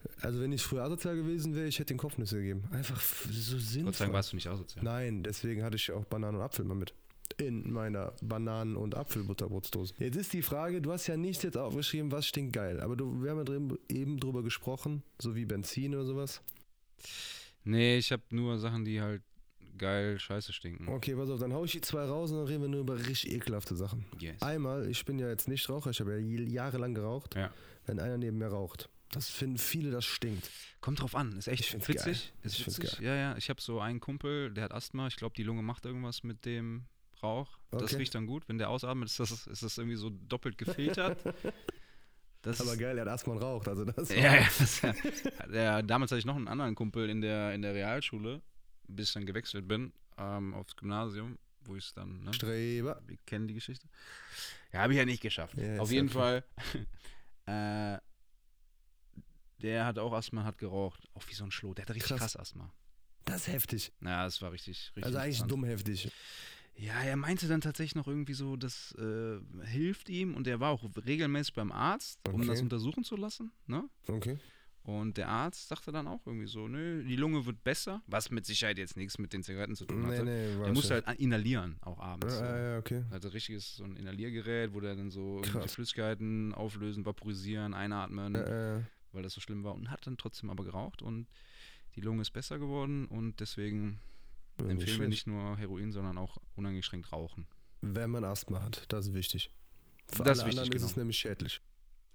Ich, also wenn ich früher asozial gewesen wäre, ich hätte den Kopfnüsse gegeben. Einfach f- so sinnvoll. Gott sei Dank warst du nicht asozial. Nein, deswegen hatte ich ja auch Bananen und Apfel mal mit. In meiner Bananen- und Apfelbutterbrotdose. Jetzt ist die Frage, du hast ja nicht jetzt aufgeschrieben, was stinkt geil. Aber du, wir haben ja drin, eben drüber gesprochen, so wie Benzin oder sowas. Nee, ich habe nur Sachen, die halt geil scheiße stinken. Okay, pass auf, dann hau ich die zwei raus und dann reden wir nur über richtig ekelhafte Sachen. Yes. Einmal, ich bin ja jetzt nicht Raucher, ich habe ja j- jahrelang geraucht, Ja. wenn einer neben mir raucht. Das finden viele, das stinkt. Kommt drauf an, ist Ich echt find's witzig. Ist Ich find's witzig. Ja, ja, ich habe so einen Kumpel, der hat Asthma. Ich glaube, die Lunge macht irgendwas mit dem Rauch. Das Okay. riecht dann gut. Wenn der ausatmet, ist das, ist das irgendwie so doppelt gefiltert. Das Aber ist- geil, er hat Asthma und raucht, also das ja, ja, das, ja, der, damals hatte ich noch einen anderen Kumpel in der, in der Realschule, bis ich dann gewechselt bin ähm, aufs Gymnasium, wo ich es dann. Ne, Streber. wir kennen die Geschichte. Ja, habe ich ja nicht geschafft. Ja, Auf ist jeden ja Fall. äh, der hat auch Asthma, hat geraucht. Auch wie so ein Schloh. Der hatte richtig Krass. krass Asthma. Das ist heftig. Naja, das war richtig, richtig. Also eigentlich interessant. dumm heftig. Ja, er meinte dann tatsächlich noch irgendwie so, das äh, hilft ihm und er war auch regelmäßig beim Arzt, um Okay. das untersuchen zu lassen. Ne? Okay. Und der Arzt sagte dann auch irgendwie so, nö, die Lunge wird besser, was mit Sicherheit jetzt nichts mit den Zigaretten zu tun hatte. nee, der musste halt inhalieren, auch abends. so. Ja, ja, okay. Also richtiges so ein Inhaliergerät, wo der dann so irgendwelche Krass. Flüssigkeiten auflösen, vaporisieren, einatmen, Ja, ja. weil das so schlimm war und hat dann trotzdem aber geraucht und die Lunge ist besser geworden und deswegen Ja, empfehlen wir schlecht. nicht nur Heroin, sondern auch uneingeschränkt Rauchen. Wenn man Asthma hat, das ist wichtig. Für Das ist alle wichtig, anderen genau. ist es nämlich schädlich.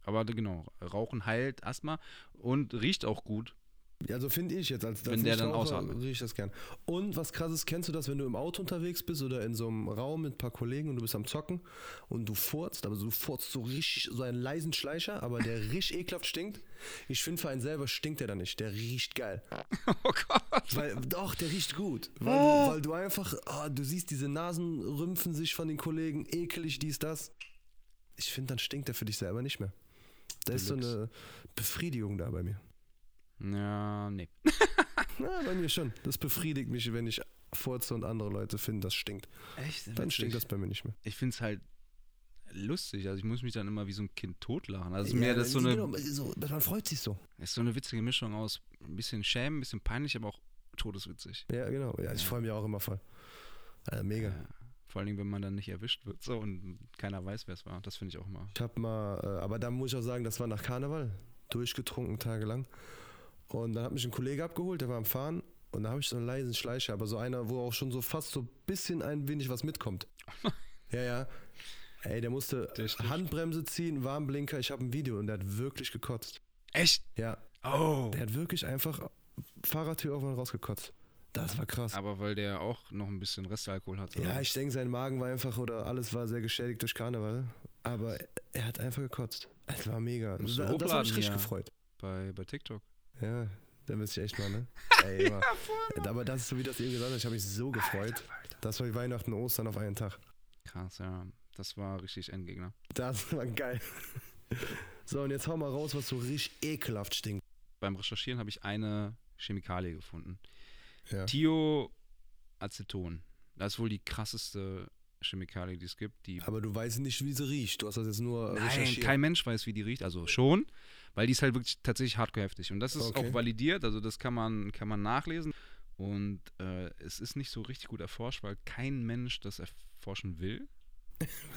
Aber d- genau, Rauchen heilt Asthma und riecht auch gut. Also finde ich jetzt als als Wenn der dann Nichtraucher ausatmet. rieche ich das gern. Und was krasses, kennst du das, wenn du im Auto unterwegs bist oder in so einem Raum mit ein paar Kollegen und du bist am Zocken und du furzt, aber du furzt so richtig, so einen leisen Schleicher, aber der richtig ekelhaft stinkt. Ich finde für einen selber stinkt der dann nicht, der riecht geil. Oh Gott. Weil, doch, der riecht gut. Weil, du, weil du einfach, ah, du siehst, diese Nasen rümpfen sich von den Kollegen, ekelig, dies, das. Ich finde, dann stinkt der für dich selber nicht mehr. Da ist so Deluxe. eine Befriedigung da bei mir. Ja, nee. Na, bei mir schon. Das befriedigt mich, wenn ich furze und andere Leute finden, das stinkt. Echt? Dann Witzig. stinkt das bei mir nicht mehr. Ich finde es halt lustig. Also ich muss mich dann immer wie so ein Kind totlachen. Also mir das so genau, eine, man freut sich so. ist so eine witzige Mischung aus ein bisschen schämen, ein bisschen peinlich, aber auch todeswitzig. Ja, genau. Ja, ich freue mich auch immer voll. Also mega. Ja. Vor allen Dingen, wenn man dann nicht erwischt wird so und keiner weiß, wer es war. Das finde ich auch mal. Ich habe mal, äh, aber da muss ich auch sagen, das war nach Karneval, durchgetrunken tagelang. Und dann hat mich ein Kollege abgeholt, der war am Fahren. Und da habe ich so einen leisen Schleicher, aber so einer, wo auch schon so fast so ein bisschen ein wenig was mitkommt. ja, ja. Ey, der musste Der stimmt. Handbremse ziehen, Warnblinker. Ich habe ein Video und der hat wirklich gekotzt. Echt? Ja, Oh! der hat wirklich einfach Fahrradtür auf und rausgekotzt. Das war krass. Aber weil der auch noch ein bisschen Restalkohol hatte. Ja, oder? ich denke, sein Magen war einfach oder alles war sehr geschädigt durch Karneval. Aber er hat einfach gekotzt. Es war mega. Musst du Da- das hat mich hochladen, richtig ja. gefreut. bei, bei TikTok. Ja, da müsste ich echt mal, ne? Ey, aber, aber das ist so, wie das eben gesagt hat. Ich habe mich so gefreut. Das war wie Weihnachten und Ostern auf einen Tag. Krass, ja. Das war richtig Endgegner. Das war geil. So, und jetzt hau mal raus, was so richtig ekelhaft stinkt. Beim Recherchieren habe ich eine Chemikalie gefunden. Ja. Thioaceton. Das ist wohl die krasseste Chemikalie, die es gibt. Die Aber du weißt nicht, wie sie riecht. Du hast das jetzt nur Nein, recherchiert. kein Mensch weiß, wie die riecht. Also schon, weil die ist halt wirklich tatsächlich hardcore heftig. Und das ist Okay. auch validiert, also das kann man, kann man nachlesen. Und äh, es ist nicht so richtig gut erforscht, weil kein Mensch das erforschen will,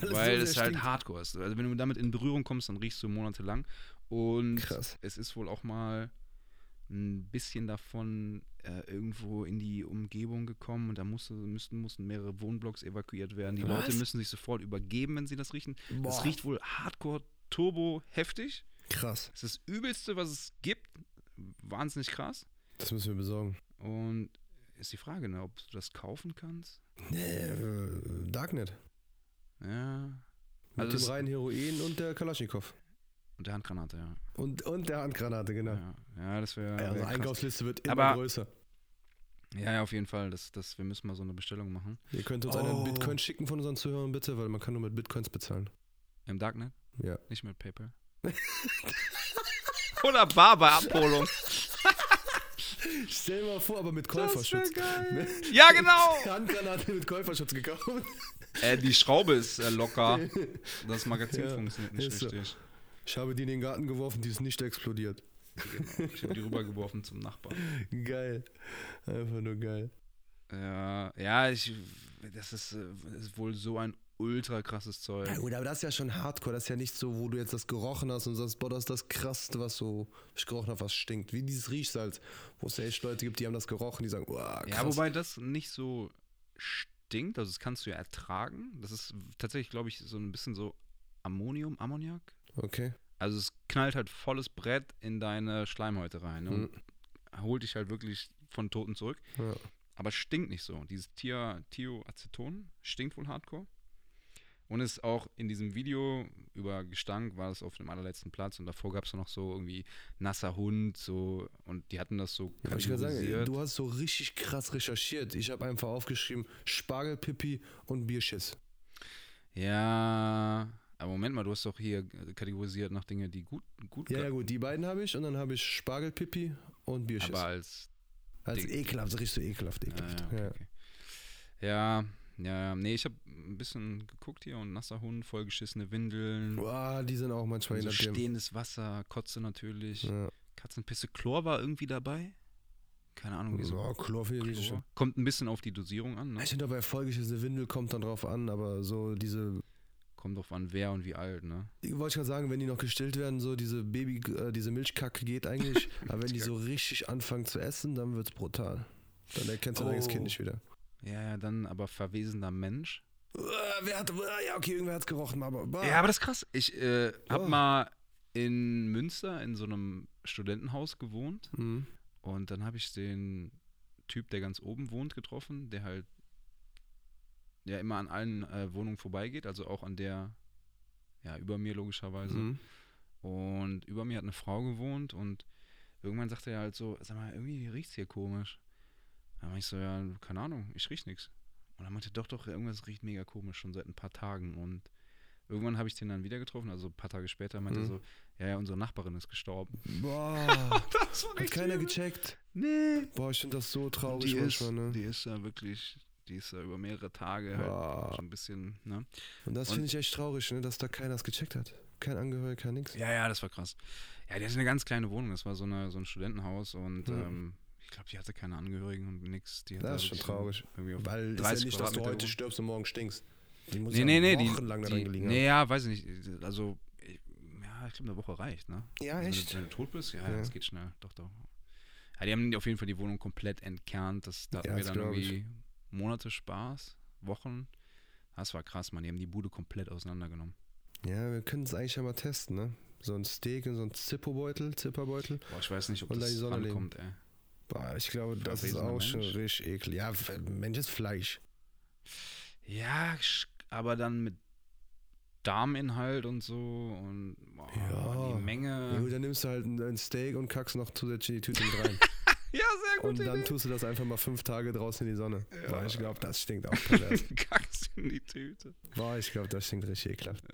Weil es weil so es sehr halt stinkt. hardcore ist. Also wenn du damit in Berührung kommst, dann riechst du monatelang. Und Krass. es ist wohl auch mal ein bisschen davon äh, irgendwo in die Umgebung gekommen und da musste, müssten, mussten mehrere Wohnblocks evakuiert werden. Die Was? Leute müssen sich sofort übergeben, wenn sie das riechen. Boah. Es riecht wohl hardcore turbo heftig. Krass. Es ist das übelste, was es gibt. Wahnsinnig krass. Das müssen wir besorgen. Und ist die Frage, ne, ob du das kaufen kannst? Nee, äh, Darknet. Ja. Mit Also dem es- reinen Heroin und der Kalaschnikow. Und der Handgranate, ja. Und, und der Handgranate, genau. Ja, ja das wäre. also wär krass. Einkaufsliste wird immer Aber- größer. ja, ja, auf jeden Fall. Das, das, wir müssen mal so eine Bestellung machen. Ihr könnt uns Oh. einen Bitcoin schicken von unseren Zuhörern, bitte, weil man kann nur mit Bitcoins bezahlen. Im Darknet, Ja. nicht mit PayPal. Oder Bar bei Abholung. Stell dir mal vor, aber mit Käuferschutz. geil. Ja, genau. Handgranate mit Käuferschutz gekauft. äh, die Schraube ist äh, locker. Ah. Das Magazin Ja, funktioniert nicht ist so. richtig. Ich habe die in den Garten geworfen, die ist nicht explodiert. Genau. Ich habe die rübergeworfen zum Nachbarn. Geil. Einfach nur geil. Ja, ja, ich, das ist, äh, ist wohl so ein ultra krasses Zeug. Ja, gut, aber das ist ja schon hardcore. Das ist ja nicht so, wo du jetzt das gerochen hast und sagst, boah, das ist das Krasseste, was so ich gerochen habe, was stinkt. Wie dieses Riechsalz, wo es ja echt Leute gibt, die haben das gerochen, die sagen, boah, krass. Ja, wobei das nicht so stinkt, also das kannst du ja ertragen. Das ist tatsächlich, glaube ich, so ein bisschen so Ammonium, Ammoniak. Okay. Also es knallt halt volles Brett in deine Schleimhäute rein ne? und holt dich halt wirklich von Toten zurück. Ja. Aber stinkt nicht so. Dieses Thia- Thioaceton stinkt wohl hardcore. Und ist auch in diesem Video über Gestank war es auf dem allerletzten Platz und davor gab es noch so irgendwie nasser Hund so und die hatten das so Aber ich kann sagen, kategorisiert. du hast so richtig krass recherchiert. Ich habe einfach aufgeschrieben Spargelpipi und Bierschiss. Ja, aber Moment mal, du hast doch hier äh, kategorisiert nach Dinge, die gut gut Ja, ja gut, die beiden habe ich und dann habe ich Spargelpipi und Bierschiss. aber als also Ding. ekelhaft, richtig so ekelhaft, ekelhaft. Ah, okay, okay. Ja, ja, ja, nee, ich habe ein bisschen geguckt hier und nasser Hund, vollgeschissene ja. Windeln, Boah, die sind auch manchmal so in der stehendes Wasser, Kotze natürlich, Ja. Katzenpisse, Chlor war irgendwie dabei. Keine Ahnung, Oh, wieso. Chlor finde ich richtig schlimm. Chlor. Kommt ein bisschen auf die Dosierung an, ne? Ich finde dabei vollgeschissene Windel kommt dann drauf an, aber so diese, Kommt drauf an, wer und wie alt, ne? ich wollte gerade sagen, wenn die noch gestillt werden, so diese Baby, äh, diese Milchkacke geht eigentlich, aber wenn die so richtig anfangen zu essen, dann wird's brutal. Dann erkennst du dein eigenes Oh. Kind nicht wieder. Ja, ja, dann aber verwesender Mensch. Uah, Wer hat, uah, ja, okay, irgendwer hat's gerochen, aber. bah. Ja, aber das ist krass. Ich äh, hab Ah. Oh. mal in Münster in so einem Studentenhaus gewohnt Mhm. Und dann habe ich den Typ, der ganz oben wohnt, getroffen, der halt ja immer an allen äh, Wohnungen vorbeigeht, also auch an der, ja, über mir logischerweise. Mhm. Und über mir hat eine Frau gewohnt und irgendwann sagte er halt so, sag mal, irgendwie riecht's hier komisch. Dann meinte ich so, ja, keine Ahnung, ich riech nichts. Und dann meinte er, doch, doch, irgendwas riecht mega komisch, schon seit ein paar Tagen. Und irgendwann habe ich den dann wieder getroffen, also ein paar Tage später meinte er Mhm. so, ja, ja, unsere Nachbarin ist gestorben. Boah, Das war hat keiner gecheckt. Nee. Boah, ich finde das so traurig Die ist, manchmal, ne? die ist ja wirklich, die ist ja über mehrere Tage Boah. halt schon ein bisschen, ne? Und das Und- finde ich echt traurig, ne, dass da keiner es gecheckt hat. Kein Angehöriger, kein nix. Ja, ja, das war krass. Ja, die hatte eine ganz kleine Wohnung, das war so, eine, so ein Studentenhaus und Mhm. ähm, ich glaube, die hatte keine Angehörigen und nix. Die hat Das da ist schon wirklich traurig. Irgendwie auf Weil es ist 30 ja nicht, dass du Quadratmeter heute wohnt. stirbst und morgen stinkst. Die muss Nee, nee, nee, die, wochenlang da ne? drin die, gelegen nee, ja, weiß ich nicht, also, ich- ja, ich glaube, eine Woche reicht, ne? haben. Ja, Wenn du- echt. Wenn du tot bist, ja, Ja. das geht schnell. Doch, doch. Ja, die haben auf jeden Fall die Wohnung komplett entkernt. Das, da hatten Ja, wir das dann glaub ich. irgendwie Monate Spaß, Wochen. Das war krass, Mann. Die haben die Bude komplett auseinandergenommen. Ja, wir können es eigentlich ja mal testen, ne? So ein Steak in so einen Zippo-Beutel, Zipperbeutel. Boah, ich weiß nicht, ob Und da die das Sonne legen. rankommt, ey. Boah, ich glaube, das ist Verwesender auch schon Mensch. richtig eklig. Ja, f- Mensch ist Fleisch. Ja, sch- aber dann mit Darminhalt und so und boah, Ja. die Ja. gut, Menge. dann nimmst du halt ein, ein Steak und kackst noch zusätzlich in die Tüte mit rein. Ja, sehr und gute dann Idee. tust du das einfach mal fünf Tage draußen in die Sonne. Ja. Boah, ich glaube, das stinkt auch pervers. Kackst in die Tüte. Boah, ich glaube, das stinkt richtig ekelhaft.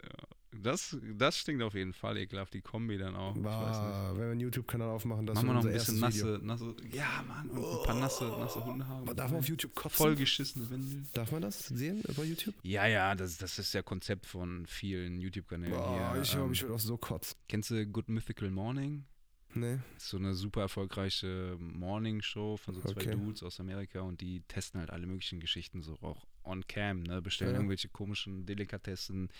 Das, das stinkt auf jeden Fall ekelhaft, die Kombi dann auch. Ich weiß nicht. Boah, wenn wir einen YouTube-Kanal aufmachen, das Machen wir wird unser noch ein bisschen erstes Video. nasse, nasse. Ja, Mann, und ein paar nasse, nasse Hundehaare. Aber darf man auf YouTube kotzen? Vollgeschissene Windeln. Darf man das sehen bei YouTube? Ja, ja, das, das ist ja Konzept von vielen YouTube-Kanälen. Boah, hier. ich glaube, Ähm, ich würde auch so kotzen. ne? Kennst du Good Mythical Morning? Nee. Das ist so eine super erfolgreiche Morning-Show von so zwei Okay. Dudes aus Amerika und die testen halt alle möglichen Geschichten, so auch on cam, ne? Bestellen Ja. irgendwelche komischen Delikatessen,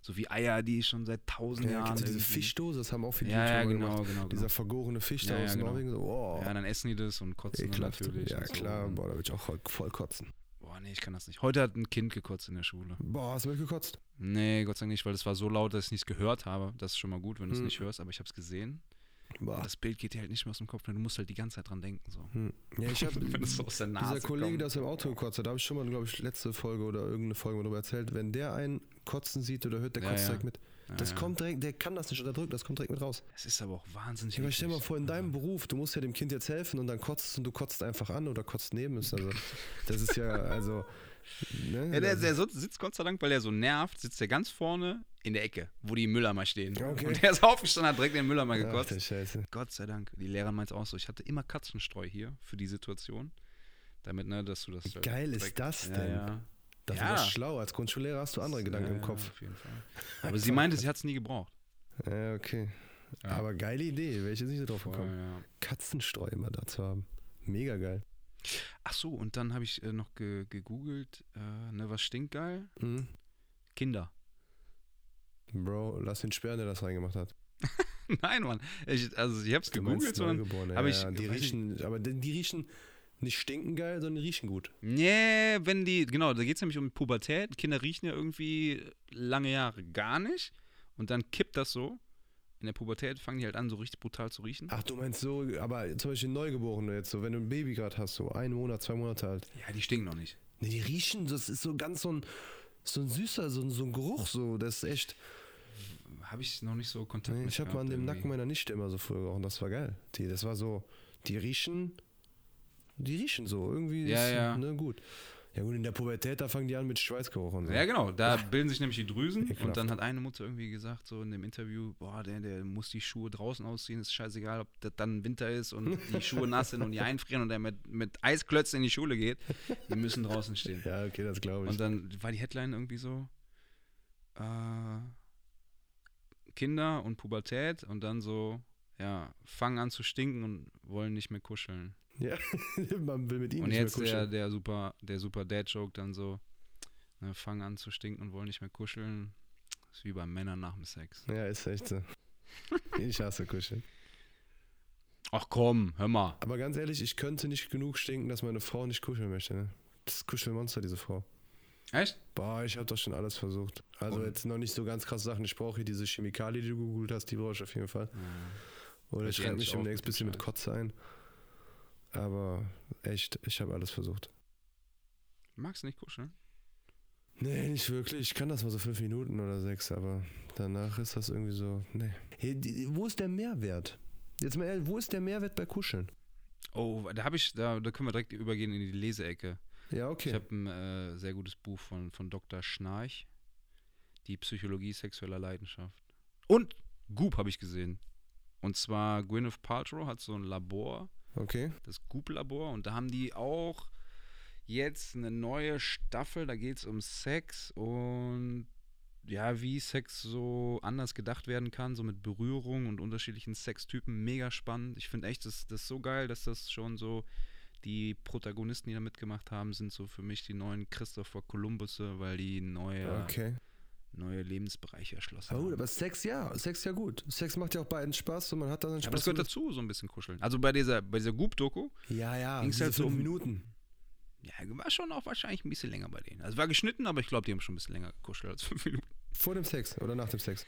so wie Eier, die schon seit tausend Ja, Jahren. kennst du diese irgendwie- Fischdose? Das haben auch viele Ja, ja, YouTuber genau, gemacht. genau. genau. Dieser vergorene Fisch da Ja, ja, aus genau. Norwegen. So, oh, ja, dann essen die das und kotzen dann ekelhaft. natürlich. Ja, und so. ne? klar. Und- Boah, da würde ich auch voll kotzen. Boah, nee, ich kann das nicht. Heute hat ein Kind gekotzt in der Schule. Boah, hast du mitgekotzt? Nee, Gott sei Dank nicht, weil es war so laut, dass ich nichts gehört habe. Das ist schon mal gut, wenn du es Hm. nicht hörst, aber ich habe es gesehen. Boah. Das Bild geht dir halt nicht mehr aus dem Kopf, ne? du musst halt die ganze Zeit dran denken. So. Hm. Ja, ich habe wenn es so aus der Nase dieser Kollege, kommt. der aus dem Auto gekotzt hat, da habe ich schon mal, glaube ich, letzte Folge oder irgendeine Folge darüber erzählt. Wenn der einen kotzen sieht oder hört, der Ja, kotzt ja. direkt mit. Ja, Das ja. kommt direkt, der kann das nicht unterdrücken, das kommt direkt mit raus. Es ist aber auch wahnsinnig. Ja, aber stell dir mal eklig. vor, in deinem Also, Beruf, du musst ja dem Kind jetzt helfen und dann kotzt es und du kotzt einfach an oder kotzt neben es. Also, das ist ja, also. Ne? ja, der, Also- der so- sitzt Gott sei Dank, weil er so nervt, sitzt der ganz vorne in der Ecke, wo die Mülleimer stehen. Okay. Und der ist aufgestanden, hat direkt in den Mülleimer Ach, gekotzt. der Scheiße. Gott sei Dank. Die Lehrerin meint es auch so. Ich hatte immer Katzenstreu hier für die Situation. Damit, ne, dass du das. halt Geil ist direkt- das Ja, denn? ja. Das Ja. war schlau. Als Grundschullehrer hast du andere Gedanken Ja, im ja, Kopf. Auf jeden Fall. Aber sie meinte, sie hat es nie gebraucht. Ja, okay. Ja. Aber geile Idee, wäre ich jetzt nicht so drauf gekommen. ja. Katzenstreu immer da zu haben. Mega geil. Ach so, und dann habe ich äh, noch ge gegoogelt, äh, ne, was stinkt geil? Mhm. Kinder. Bro, lass den sperren, der das reingemacht hat. Nein, Mann. Ich, also ich habe es Du gegoogelt, meinst sondern. Neugeborene, hab ja, ich- ja, die weiß ich- riechen, aber die, die riechen nicht stinken geil, sondern die riechen gut. Nee, wenn die, genau, da geht es nämlich um Pubertät. Kinder riechen ja irgendwie lange Jahre gar nicht. Und dann kippt das so. In der Pubertät fangen die halt an, so richtig brutal zu riechen. Ach, du meinst so, aber zum Beispiel Neugeborene jetzt so, wenn du ein Baby gerade hast, so ein Monat, zwei Monate alt. Ja, die stinken noch nicht. Nee, die riechen, das ist so ganz so ein, so ein süßer, so ein, so ein Geruch, so, das ist echt. Habe ich noch nicht so Kontakt Nee, mit ich habe gehabt mal an dem irgendwie. Nacken meiner Nichte immer so früher gerochen, das war geil. Die, das war so, die riechen, die riechen so, irgendwie Ja, ist, ja. Ne, gut. Ja gut, in der Pubertät, da fangen die an mit Schweißgeruch und so. Ja, genau, da bilden sich nämlich die Drüsen Ekelhaft. und dann hat eine Mutter irgendwie gesagt, so in dem Interview, boah, der, der muss die Schuhe draußen ausziehen, ist scheißegal, ob das dann Winter ist und die Schuhe nass sind und die einfrieren und er mit, mit Eisklötzen in die Schule geht, die müssen draußen stehen. Ja, okay, das glaube ich. Und dann war die Headline irgendwie so, äh, Kinder und Pubertät und dann so, ja, fangen an zu stinken und wollen nicht mehr kuscheln. ja, man will mit ihnen Und nicht jetzt äh, mehr kuscheln. der, der super, der super Dad-Joke dann so, ne, fangen an zu stinken und wollen nicht mehr kuscheln. Ist wie bei Männern nach dem Sex. Ja, ist echt so. Ich hasse Kuscheln. Ach komm, hör mal. Aber ganz ehrlich, ich könnte nicht genug stinken, dass meine Frau nicht kuscheln möchte. Ne? Das ist Kuschelmonster, diese Frau. Echt? Boah, ich habe doch schon alles versucht. Also Und? jetzt noch nicht so ganz krasse Sachen. Ich brauche hier diese Chemikalie, die du gegoogelt hast, die brauche ich auf jeden Fall. Oder Hört ich ihr schreibe endlich mich auf demnächst ein mit dem bisschen mit Scheiß. Kotze ein. Aber echt, ich habe alles versucht. Magst du nicht kuscheln? Nee, nicht wirklich. Ich kann das mal so fünf Minuten oder sechs, aber danach ist das irgendwie so. Nee. Hey, die- wo ist der Mehrwert? Jetzt mal ehrlich, wo ist der Mehrwert bei Kuscheln? Oh, da habe ich, da, da können wir direkt übergehen in die Leseecke. Ja, Ich okay. habe ein äh, sehr gutes Buch von, von Dr. Schnarch, Die Psychologie sexueller Leidenschaft. Und Goop habe ich gesehen. Und zwar Gwyneth Paltrow hat so ein Labor Okay. das Goop-Labor. Und da haben die auch jetzt eine neue Staffel. Da geht es um Sex und ja, wie Sex so anders gedacht werden kann, so mit Berührung und unterschiedlichen Sextypen. Mega spannend. Ich finde echt, das, das ist so geil, dass das schon so die Protagonisten, die da mitgemacht haben, sind so für mich die neuen Christopher Kolumbusse, weil die neue, Okay. Oh, neue Lebensbereiche erschlossen Ja, gut, haben. aber Sex, ja. Sex, ja gut. Sex macht ja auch beiden Spaß und man hat da seinen Ja, Spaß. aber das gehört dazu, so ein bisschen kuscheln. Also bei dieser, bei dieser Goop-Doku, ja, ja. Ging's diese halt so fünf um- Minuten. Ja, war schon auch wahrscheinlich ein bisschen länger bei denen. Also war geschnitten, aber ich glaube, die haben schon ein bisschen länger gekuschelt als fünf Minuten. Vor dem Sex oder nach dem Sex.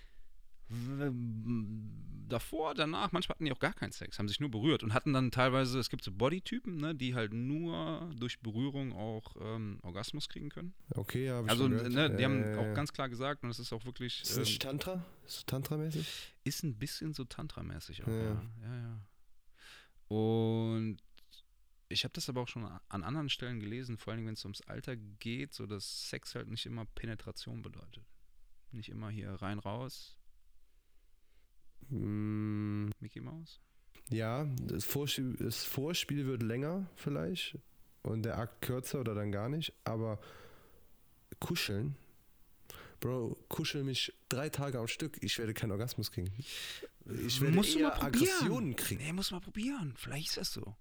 Davor, danach, manchmal hatten die auch gar keinen Sex, haben sich nur berührt und hatten dann teilweise, es gibt so Bodytypen, ne, die halt nur durch Berührung auch ähm, Orgasmus kriegen können. Okay, ja. hab ich Also, schon ne, gehört. die haben Äh, auch ganz klar gesagt, und das ist auch wirklich, Ist das ähm, nicht Tantra? Ist das Tantra-mäßig? ist ein bisschen so Tantra-mäßig auch, Ja. ja. ja, ja, Und ich habe das aber auch schon a- an anderen Stellen gelesen, vor allem wenn es ums Alter geht, so dass Sex halt nicht immer Penetration bedeutet. Nicht immer hier rein, raus, Mm, Mickey Mouse. ja, das Vorspiel, das Vorspiel wird länger vielleicht und der Akt kürzer oder dann gar nicht, aber kuscheln. Bro, kuschel mich drei Tage am Stück, ich werde keinen Orgasmus kriegen. Ich werde Musst du eher mal probieren. Aggressionen kriegen. Nee, muss mal probieren. Vielleicht ist das so.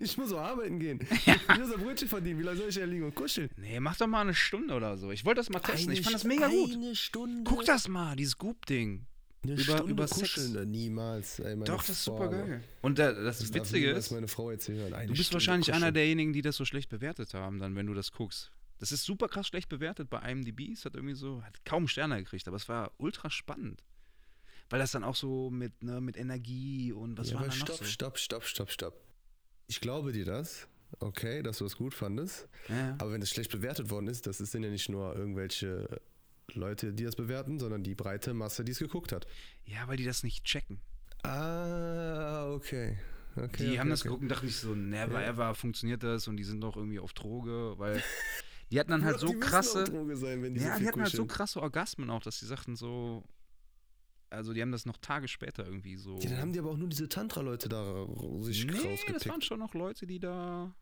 ich muss auch arbeiten gehen. Ich muss ein Brötchen verdienen. Wie lange soll ich hier liegen und kuscheln? Nee, mach doch mal eine Stunde oder so. Ich wollte das mal testen. ich fand das mega gut. Eine Stunde. Guck das mal, dieses Goop-Ding. Eine über- Stunde über Sex. kuscheln. äh, Niemals. Ey, meine Doch, das ist Frau, super geil. Und da, das darf Witzige niemals ist, meine Frau jetzt hier hören. Eine Du bist Stunde wahrscheinlich einer kuscheln. derjenigen, die das so schlecht bewertet haben, dann, wenn du das guckst. Das ist super krass schlecht bewertet bei IMDb. Es hat irgendwie so, hat kaum Sterne gekriegt, aber es war ultra spannend. Weil das dann auch so mit, ne, mit Energie und was ja, war aber da also noch stopp, so? stopp, stopp, stopp, stopp. Ich glaube dir das, okay, dass du das gut fandest. Ja. Aber wenn es schlecht bewertet worden ist, das sind ja nicht nur irgendwelche Leute, die das bewerten, sondern die breite Masse, die es geguckt hat. ja, weil die das nicht checken. Ah, okay. okay Die okay, haben das okay. geguckt und dachten sich so, never ever funktioniert das und die sind doch irgendwie auf Droge, weil die hatten dann halt Bro, so die müssen krasse. auf Droge Sein, wenn die Ja, so die viel hatten halt so kuscheln. krasse Orgasmen auch, dass die sagten so. Also die haben das noch Tage später irgendwie so. Ja, dann haben die aber auch nur diese Tantra-Leute da sich rausgepickt. das waren schon noch Leute, die da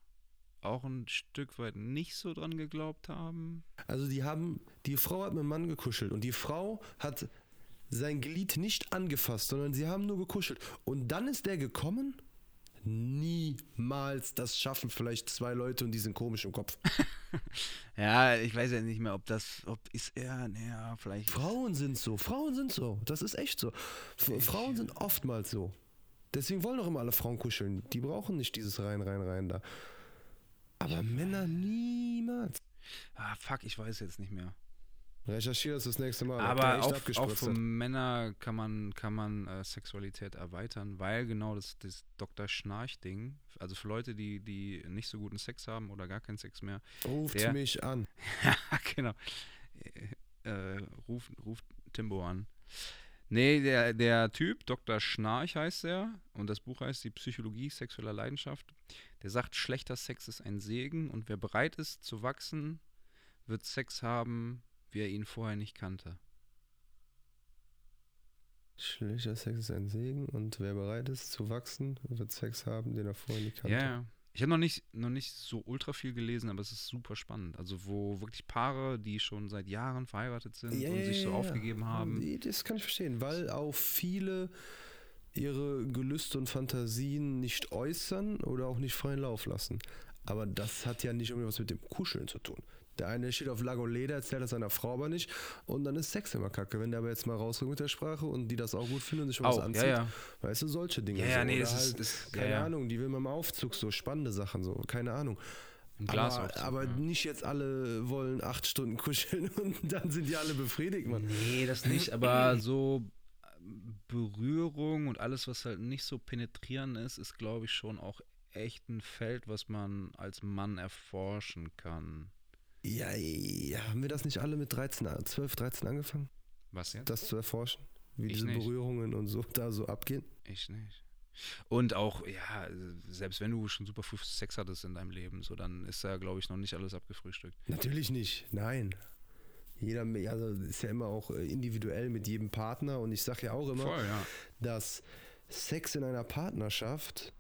auch ein Stück weit nicht so dran geglaubt haben. Also die haben, die Frau hat mit dem Mann gekuschelt und die Frau hat sein Glied nicht angefasst, sondern sie haben nur gekuschelt. Und dann ist der gekommen? Niemals. Das schaffen vielleicht zwei Leute und die sind komisch im Kopf. Ja, ich weiß ja nicht mehr, ob das, ob ist er, naja, vielleicht. Frauen sind so. Frauen sind so. Das ist echt so. F Frauen sind oftmals so. Deswegen wollen doch immer alle Frauen kuscheln. Die brauchen nicht dieses rein, rein, rein da. Aber Männer niemals. Ah, fuck, ich weiß jetzt nicht mehr. Recherchiere das das nächste Mal. ob der Aber echt auch, auch abgespritzt für hat. Männer kann man, kann man äh, Sexualität erweitern, weil genau das, das Dr. Schnarch-Ding, also für Leute, die, die nicht so guten Sex haben oder gar keinen Sex mehr, Ruft der- mich an. genau. Äh, äh, ruf, ruf Timbo an. Nee, der, der Typ, Dr. Schnarch heißt er, und das Buch heißt Die Psychologie sexueller Leidenschaft. Der sagt, schlechter Sex ist ein Segen und wer bereit ist zu wachsen, wird Sex haben, wie er ihn vorher nicht kannte. Schlechter Sex ist ein Segen und wer bereit ist zu wachsen, wird Sex haben, den er vorher nicht kannte. Ja, ja. Ich habe noch nicht, noch nicht so ultra viel gelesen, aber es ist super spannend. Also, wo wirklich Paare, die schon seit Jahren verheiratet sind Ja, und ja, sich so ja, ja. aufgegeben haben, Nee, Das kann ich verstehen, weil auch viele ihre Gelüste und Fantasien nicht äußern oder auch nicht freien Lauf lassen. Aber das hat ja nicht irgendwie was mit dem Kuscheln zu tun. Der eine steht auf Lago Leder, erzählt das seiner Frau aber nicht und dann ist Sex immer kacke. Wenn der aber jetzt mal rausrückt mit der Sprache und die das auch gut finden und sich mal was Au, ja, anzieht, ja. weißt du, solche Dinge. Ja, ja, so. nee, Oder das ist- halt, das- ja, keine ja. Ahnung, die will man im Aufzug so, spannende Sachen so, keine Ahnung. Im Glas aber aufzug, aber ja. nicht jetzt alle wollen acht Stunden kuscheln und dann sind die alle befriedigt, Mann. Nee, das nicht, aber so ähm, Berührung und alles, was halt nicht so penetrieren ist, ist, glaube ich, schon auch echt ein Feld, was man als Mann erforschen kann. Ja, ja, haben wir das nicht alle mit 13, an- 12, 13 angefangen, Was jetzt? das zu erforschen? Wie Ich diese nicht. Berührungen und so da so abgehen? Ich nicht. Und auch, ja, selbst wenn du schon super früh Sex hattest in deinem Leben, so, dann ist da, glaube ich, noch nicht alles abgefrühstückt. Natürlich nicht, nein. Jeder, also ist ja immer auch äh, individuell mit jedem Partner und ich sage ja auch immer, Voll, ja. dass Sex in einer Partnerschaft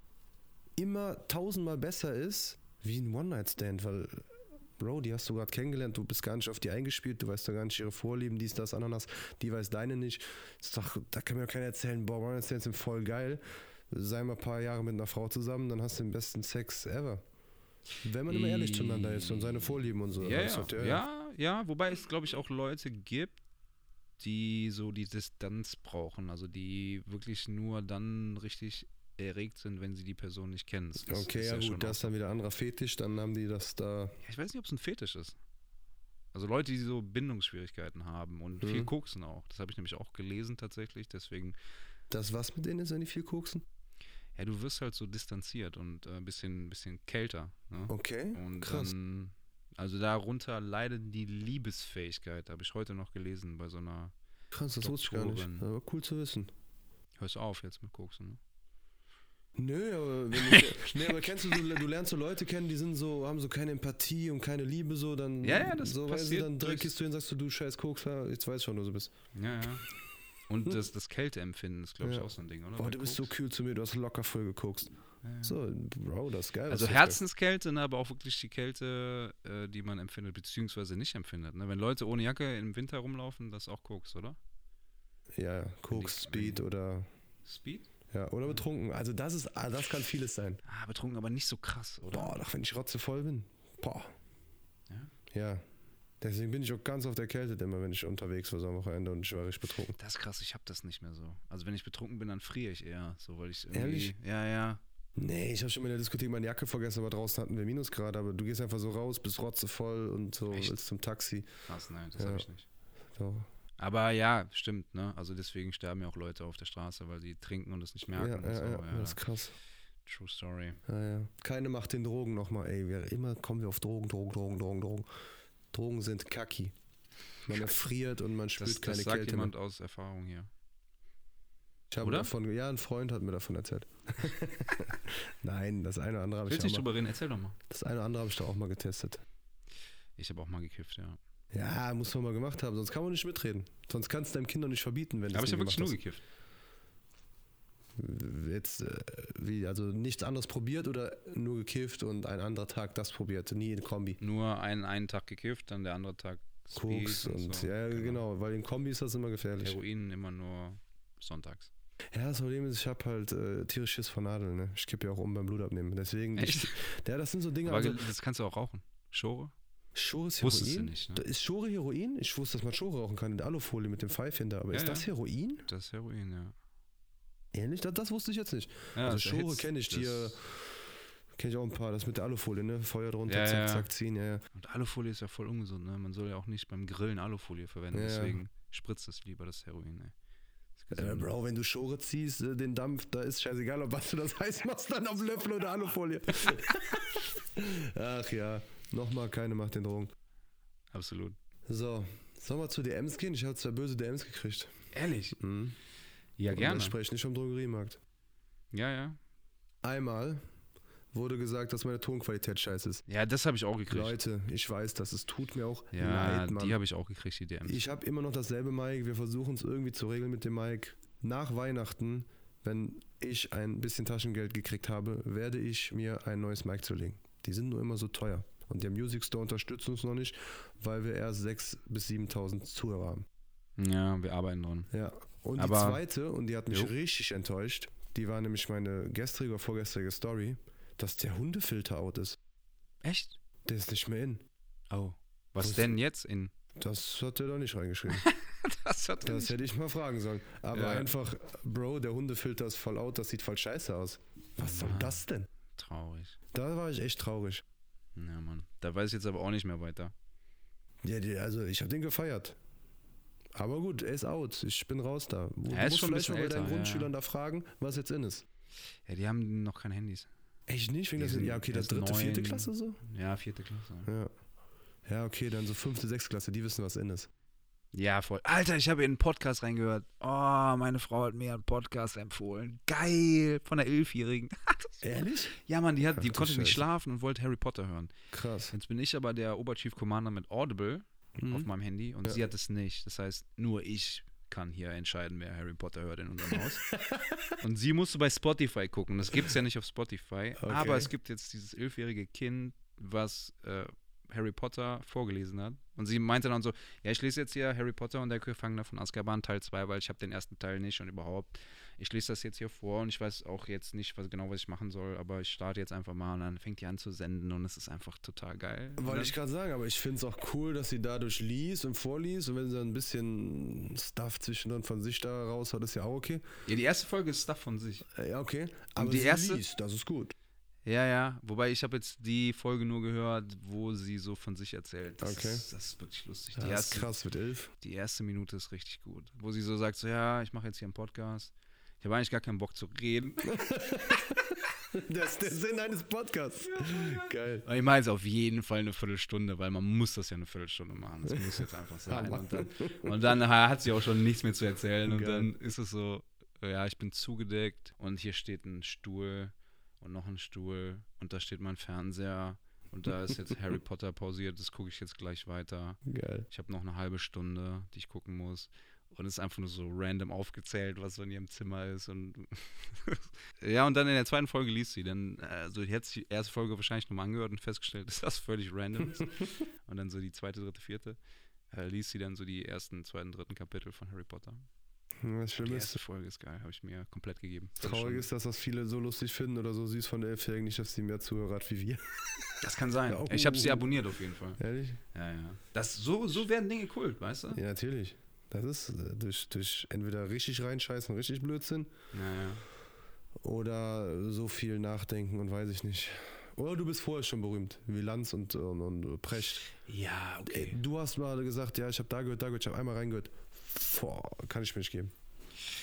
immer tausendmal besser ist wie ein One-Night-Stand, weil, Bro, die hast du gerade kennengelernt, du bist gar nicht auf die eingespielt, du weißt doch gar nicht ihre Vorlieben, dies, das, Ananas, die weiß deine nicht. Ist doch, da kann mir doch keiner erzählen, boah, One-Night-Stands sind voll geil. Sei mal ein paar Jahre mit einer Frau zusammen, dann hast du den besten Sex ever. Wenn man immer ehrlich zueinander ist und seine Vorlieben und so. Ja, das ja. habt ihr ja. ja, ja, wobei es, glaube ich, auch Leute gibt, die so die Distanz brauchen, also die wirklich nur dann richtig erregt sind, wenn sie die Person nicht kennen. Das Okay, ist ja schon gut, das ist dann wieder anderer Fetisch, dann haben die das da. auch- Ja, ich weiß nicht, ob es ein Fetisch ist. Also Leute, die so Bindungsschwierigkeiten haben und viel Mhm. koksen auch. Das habe ich nämlich auch gelesen tatsächlich, deswegen Das was mit denen ist, wenn die viel koksen? Ja, du wirst halt so distanziert und äh, ein bisschen, bisschen kälter. Ne? Okay. und Oh, krass. Dann, also darunter leidet die Liebesfähigkeit, habe ich heute noch gelesen bei so einer. Krass, das wusste ich gar nicht. Doktorin. Aber cool zu wissen. Hörst du auf jetzt mit Koksen, ne? Nö, aber, wenn du, nee, aber kennst du, du, du lernst so Leute kennen, die sind so, haben so keine Empathie und keine Liebe, so, dann Ja, ja, das so, weißt du, passiert dann direkt durch- gehst du hin und sagst du, du scheiß Kokser, jetzt weiß ich schon, wo du bist. Ja, ja. Und das, das Kälteempfinden ist, glaube ich, Ja. auch so ein Ding, oder? Oh, Bei du bist so Koks? kühl zu mir, du hast locker voll gekokst. Ja, ja. So, Bro, das ist geil. Also was du jetzt Herzenskälte, ne, aber auch wirklich die Kälte, äh, die man empfindet, beziehungsweise nicht empfindet. Ne? Wenn Leute ohne Jacke im Winter rumlaufen, das ist auch Koks, oder? sagst. Ja, ja, Koks, Wenn die- Speed oder, Speed? ja, oder betrunken. Also das ist, ah, das kann vieles sein. Ah, betrunken, aber nicht so krass, oder? Boah, doch wenn ich rotzevoll bin. Boah. Ja? Ja. Deswegen bin ich auch ganz oft erkältet immer, wenn ich unterwegs war so am Wochenende und ich war richtig betrunken. Das ist krass, ich hab das nicht mehr so. Also wenn ich betrunken bin, dann friere ich eher, so weil ich irgendwie. Ehrlich? Ja, ja. Nee, ich habe schon mal in der Diskothek meine Jacke vergessen, aber draußen hatten wir Minusgrade, aber du gehst einfach so raus, bist rotzevoll und so Echt? willst zum Taxi. Krass, nein, das Ja. hab ich nicht. So. Aber ja, stimmt, ne? Also deswegen sterben ja auch Leute auf der Straße, weil die trinken und es nicht Ja, merken. ja, und ja, so. ja, das ist krass. True Story. Ja, ja. Keine macht den Drogen nochmal, ey. Wir, immer kommen wir auf Drogen, Drogen, Drogen, Drogen, Drogen. Drogen sind kacki. Man erfriert und man spürt Das, keine das sagt Kälte. jemand aus Erfahrung hier. Ich habe Oder? davon, ja, ein Freund hat mir davon erzählt. Nein, das eine oder andere habe ich, Willst ja nicht auch mal- drüber reden? Erzähl doch mal. das eine oder andere habe ich doch auch mal getestet. Ich habe auch mal gekifft, ja. Ja, muss man mal gemacht haben, sonst kann man nicht mitreden. Sonst kannst du deinem Kind doch nicht verbieten, wenn du Aber es ich nie habe wirklich nur gemacht gekifft. hast. Jetzt, äh, wie, also nichts anderes probiert oder nur gekifft und ein anderer Tag das probiert, nie in Kombi. Nur einen, einen Tag gekifft, dann der andere Tag Speed Koks und, so. ja, genau. weil in Kombi ist das immer gefährlich. Heroin immer nur sonntags. Ja, das Problem ist, ich habe halt äh, tierisch Schiss vor Nadeln, ne? Ich kippe ja auch um beim Blutabnehmen, deswegen. Echt? Ja, das sind so Dinge, Aber also das kannst du auch rauchen. Schore? Schores Wusstest du Heroin? nicht, ne? Da Ist Schore Heroin? Ich wusste, dass man Schore rauchen kann in der Alufolie mit dem Pfeifchen da. Aber Ja, ist ja. das Heroin? Das ist Heroin, ja. Ehrlich? Das, das wusste ich jetzt nicht. ja Also das Schore erhitzt kenn ich, die, äh, das- Kenn ich auch ein paar. Das mit der Alufolie, ne? Feuer drunter, Ja, zack, ja. zack, ziehen. Ja, ja. Und Alufolie ist ja voll ungesund, ne? Man soll ja auch nicht beim Grillen Alufolie verwenden, Ja. deswegen spritzt es lieber das Heroin, ey. Ist Äh, gesund. Bro, wenn du Schore ziehst, äh, den Dampf, da ist scheißegal, ob was du das heiß machst, dann auf Löffel oder Alufolie. Ach ja, nochmal keine Macht den Drogen. Absolut. So, sollen wir zu DMs gehen? Ich habe zwei böse DMs gekriegt. Ehrlich? Mhm. Ja, Und gerne. das spreche ich nicht vom Drogeriemarkt. Ja, ja. Einmal wurde gesagt, dass meine Tonqualität scheiße ist. Ja, das habe ich auch gekriegt. Leute, ich weiß das. Es tut mir auch ja, leid, Mann. die habe ich auch gekriegt, die DMs. ich habe immer noch dasselbe Mic. Wir versuchen es irgendwie zu regeln mit dem Mic. Nach Weihnachten, wenn ich ein bisschen Taschengeld gekriegt habe, werde ich mir ein neues Mic zulegen. Die sind nur immer so teuer. Und der Music Store unterstützt uns noch nicht, weil wir erst 6.000 bis 7.000 Zuhörer haben. Ja, wir arbeiten dran. Ja. Und Aber- die zweite, und die hat mich Jo. richtig enttäuscht, die war nämlich meine gestrige oder vorgestrige Story, dass der Hundefilter out ist. Echt? Der ist nicht mehr in. Oh. Was Wusste- denn jetzt in? Das hat er doch nicht reingeschrieben. Das hat Das hätte ich mal fragen sollen. Aber Ja. einfach, Bro, der Hundefilter ist voll out, das sieht voll scheiße aus. Was soll Mann. das denn? Traurig. Da war ich echt traurig. Ja, Mann. Da weiß ich jetzt aber auch nicht mehr weiter. Ja, die, also ich habe den gefeiert. Aber gut, er ist out. Ich bin raus da. Du Er ist musst schon ein vielleicht bisschen mal bei älter, deinen ja, Grundschülern da fragen, was jetzt in ist. Ja, die haben noch kein Handys. Echt nicht? Wegen Die der sind ja, okay, das erst dritte, vierte neun. Klasse so? Ja, vierte Klasse. Ja. Ja, okay, dann so fünfte, sechste Klasse, die wissen, was in ist. Ja, voll. Alter, ich habe in einen Podcast reingehört. Oh, meine Frau hat mir einen Podcast empfohlen. Geil. Von der Elfjährigen. Ehrlich? Ja, Mann, die, hat, Ach die du konnte nicht Scheiße. schlafen und wollte Harry Potter hören. Krass. Mhm. Jetzt bin ich aber der Oberchief Commander mit Audible auf meinem Handy und Ja. sie hat es nicht. Das heißt, nur ich kann hier entscheiden, wer Harry Potter hört in unserem Haus. und sie musste bei Spotify gucken. Das gibt es ja nicht auf Spotify. Okay. Aber es gibt jetzt dieses elfjährige Kind, was äh, Harry Potter vorgelesen hat. Und sie meinte dann so, ja, ich lese jetzt hier Harry Potter und der Gefangener von Azkaban Teil 2, weil ich habe den ersten Teil nicht und überhaupt. Ich lese das jetzt hier vor und ich weiß auch jetzt nicht was, genau, was ich machen soll, aber ich starte jetzt einfach mal und dann fängt die an zu senden und es ist einfach total geil. Und Wollte dann- ich gerade sagen, aber ich finde es auch cool, dass sie dadurch liest und vorliest und wenn sie dann ein bisschen Stuff zwischendrin von sich da raus hat, ist ja auch okay. ja, die erste Folge ist Stuff von sich. Äh, Ja, okay. Aber die sie erste- liest, das ist gut. Ja, ja. Wobei ich habe jetzt die Folge nur gehört, wo sie so von sich erzählt. Das, Okay. ist, das ist wirklich lustig. Ja, die, das ist erste, krass mit elf. die erste Minute ist richtig gut. Wo sie so sagt, so ja, ich mache jetzt hier einen Podcast. Ich habe eigentlich gar keinen Bock zu reden. Das ist der Sinn eines Podcasts. oh Geil. Aber Äh, Ich meine es auf jeden Fall eine Viertelstunde, weil man muss das ja eine Viertelstunde machen. Das muss jetzt einfach sein. Hammer. Und dann, und dann hat sie auch schon nichts mehr zu erzählen. Und Geil. dann ist es so, ja, ich bin zugedeckt und hier steht ein Stuhl und noch ein Stuhl und da steht mein Fernseher und da ist jetzt Harry Potter pausiert. Das gucke ich jetzt gleich weiter. Geil. Ich habe noch eine halbe Stunde, die ich gucken muss. Und es ist einfach nur so random aufgezählt, was so in ihrem Zimmer ist. Und ja, und dann in der zweiten Folge liest sie. Dann, äh, so die hat sich die erste Folge wahrscheinlich nochmal angehört und festgestellt, dass das völlig random ist. und dann so die zweite, dritte, vierte. Äh, liest sie dann so die ersten, zweiten, dritten Kapitel von Harry Potter. Das Die Schlimme ist, erste Folge ist geil, habe ich mir komplett gegeben. traurig ist, dass das viele so lustig finden oder so süß von der Elfjährigen, nicht, dass sie mehr Zuhörer hat wie wir. Das kann sein. Ja, Ich habe sie oh. abonniert auf jeden Fall. Ehrlich? Ja, ja. Das, so, so werden Dinge cool, weißt du? Ja, natürlich. Das ist äh, durch, durch entweder richtig reinscheißen, richtig Blödsinn Ja, ja. oder so viel nachdenken und weiß ich nicht. Oder du bist vorher schon berühmt, wie Lanz und, und, und Precht. ja Ey, du hast mal gesagt, ja, ich habe da gehört, da gehört, ich habe einmal reingehört. Boah, kann ich mir nicht geben.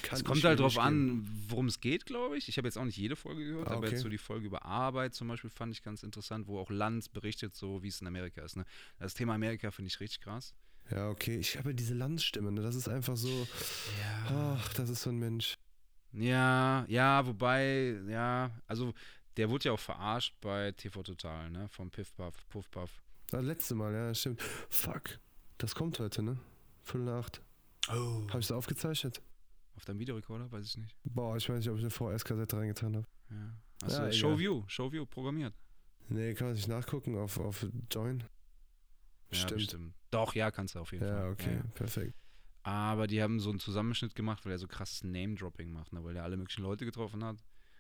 Kann Es ich kommt mir halt drauf nicht geben. an, worum es geht, glaube ich. Ich habe jetzt auch nicht jede Folge gehört, Ah, aber okay. jetzt so die Folge über Arbeit zum Beispiel fand ich ganz interessant, wo auch Lanz berichtet, so wie es in Amerika ist. Ne? Das Thema Amerika finde ich richtig krass. Ja, okay. Ich habe diese Lanzstimme, ne? das ist einfach so. Ah. Ach, das ist so ein Mensch. Ja, ja, wobei, ja, also der wurde ja auch verarscht bei TV Total, ne? Vom Piff Puff, Puff Puff. Das Ah, letzte Mal, ja, stimmt. Fuck. Das kommt heute, ne? Viertel nach acht. Oh. Habe ich das aufgezeichnet? Auf deinem Videorekorder, weiß ich nicht. Boah, ich weiß nicht, ob ich eine VS-Kassette reingetan habe. Ja. Also Ja, egal. Showview, Showview programmiert. Nee, kann man sich nachgucken auf, auf Join. Ja, Stimmt. bestimmt. Doch, ja, kannst du auf jeden Fall. Ja, okay, ja. perfekt. Aber die haben so einen Zusammenschnitt gemacht, weil er so krasses Name-Dropping macht, ne? weil er alle möglichen Leute getroffen hat.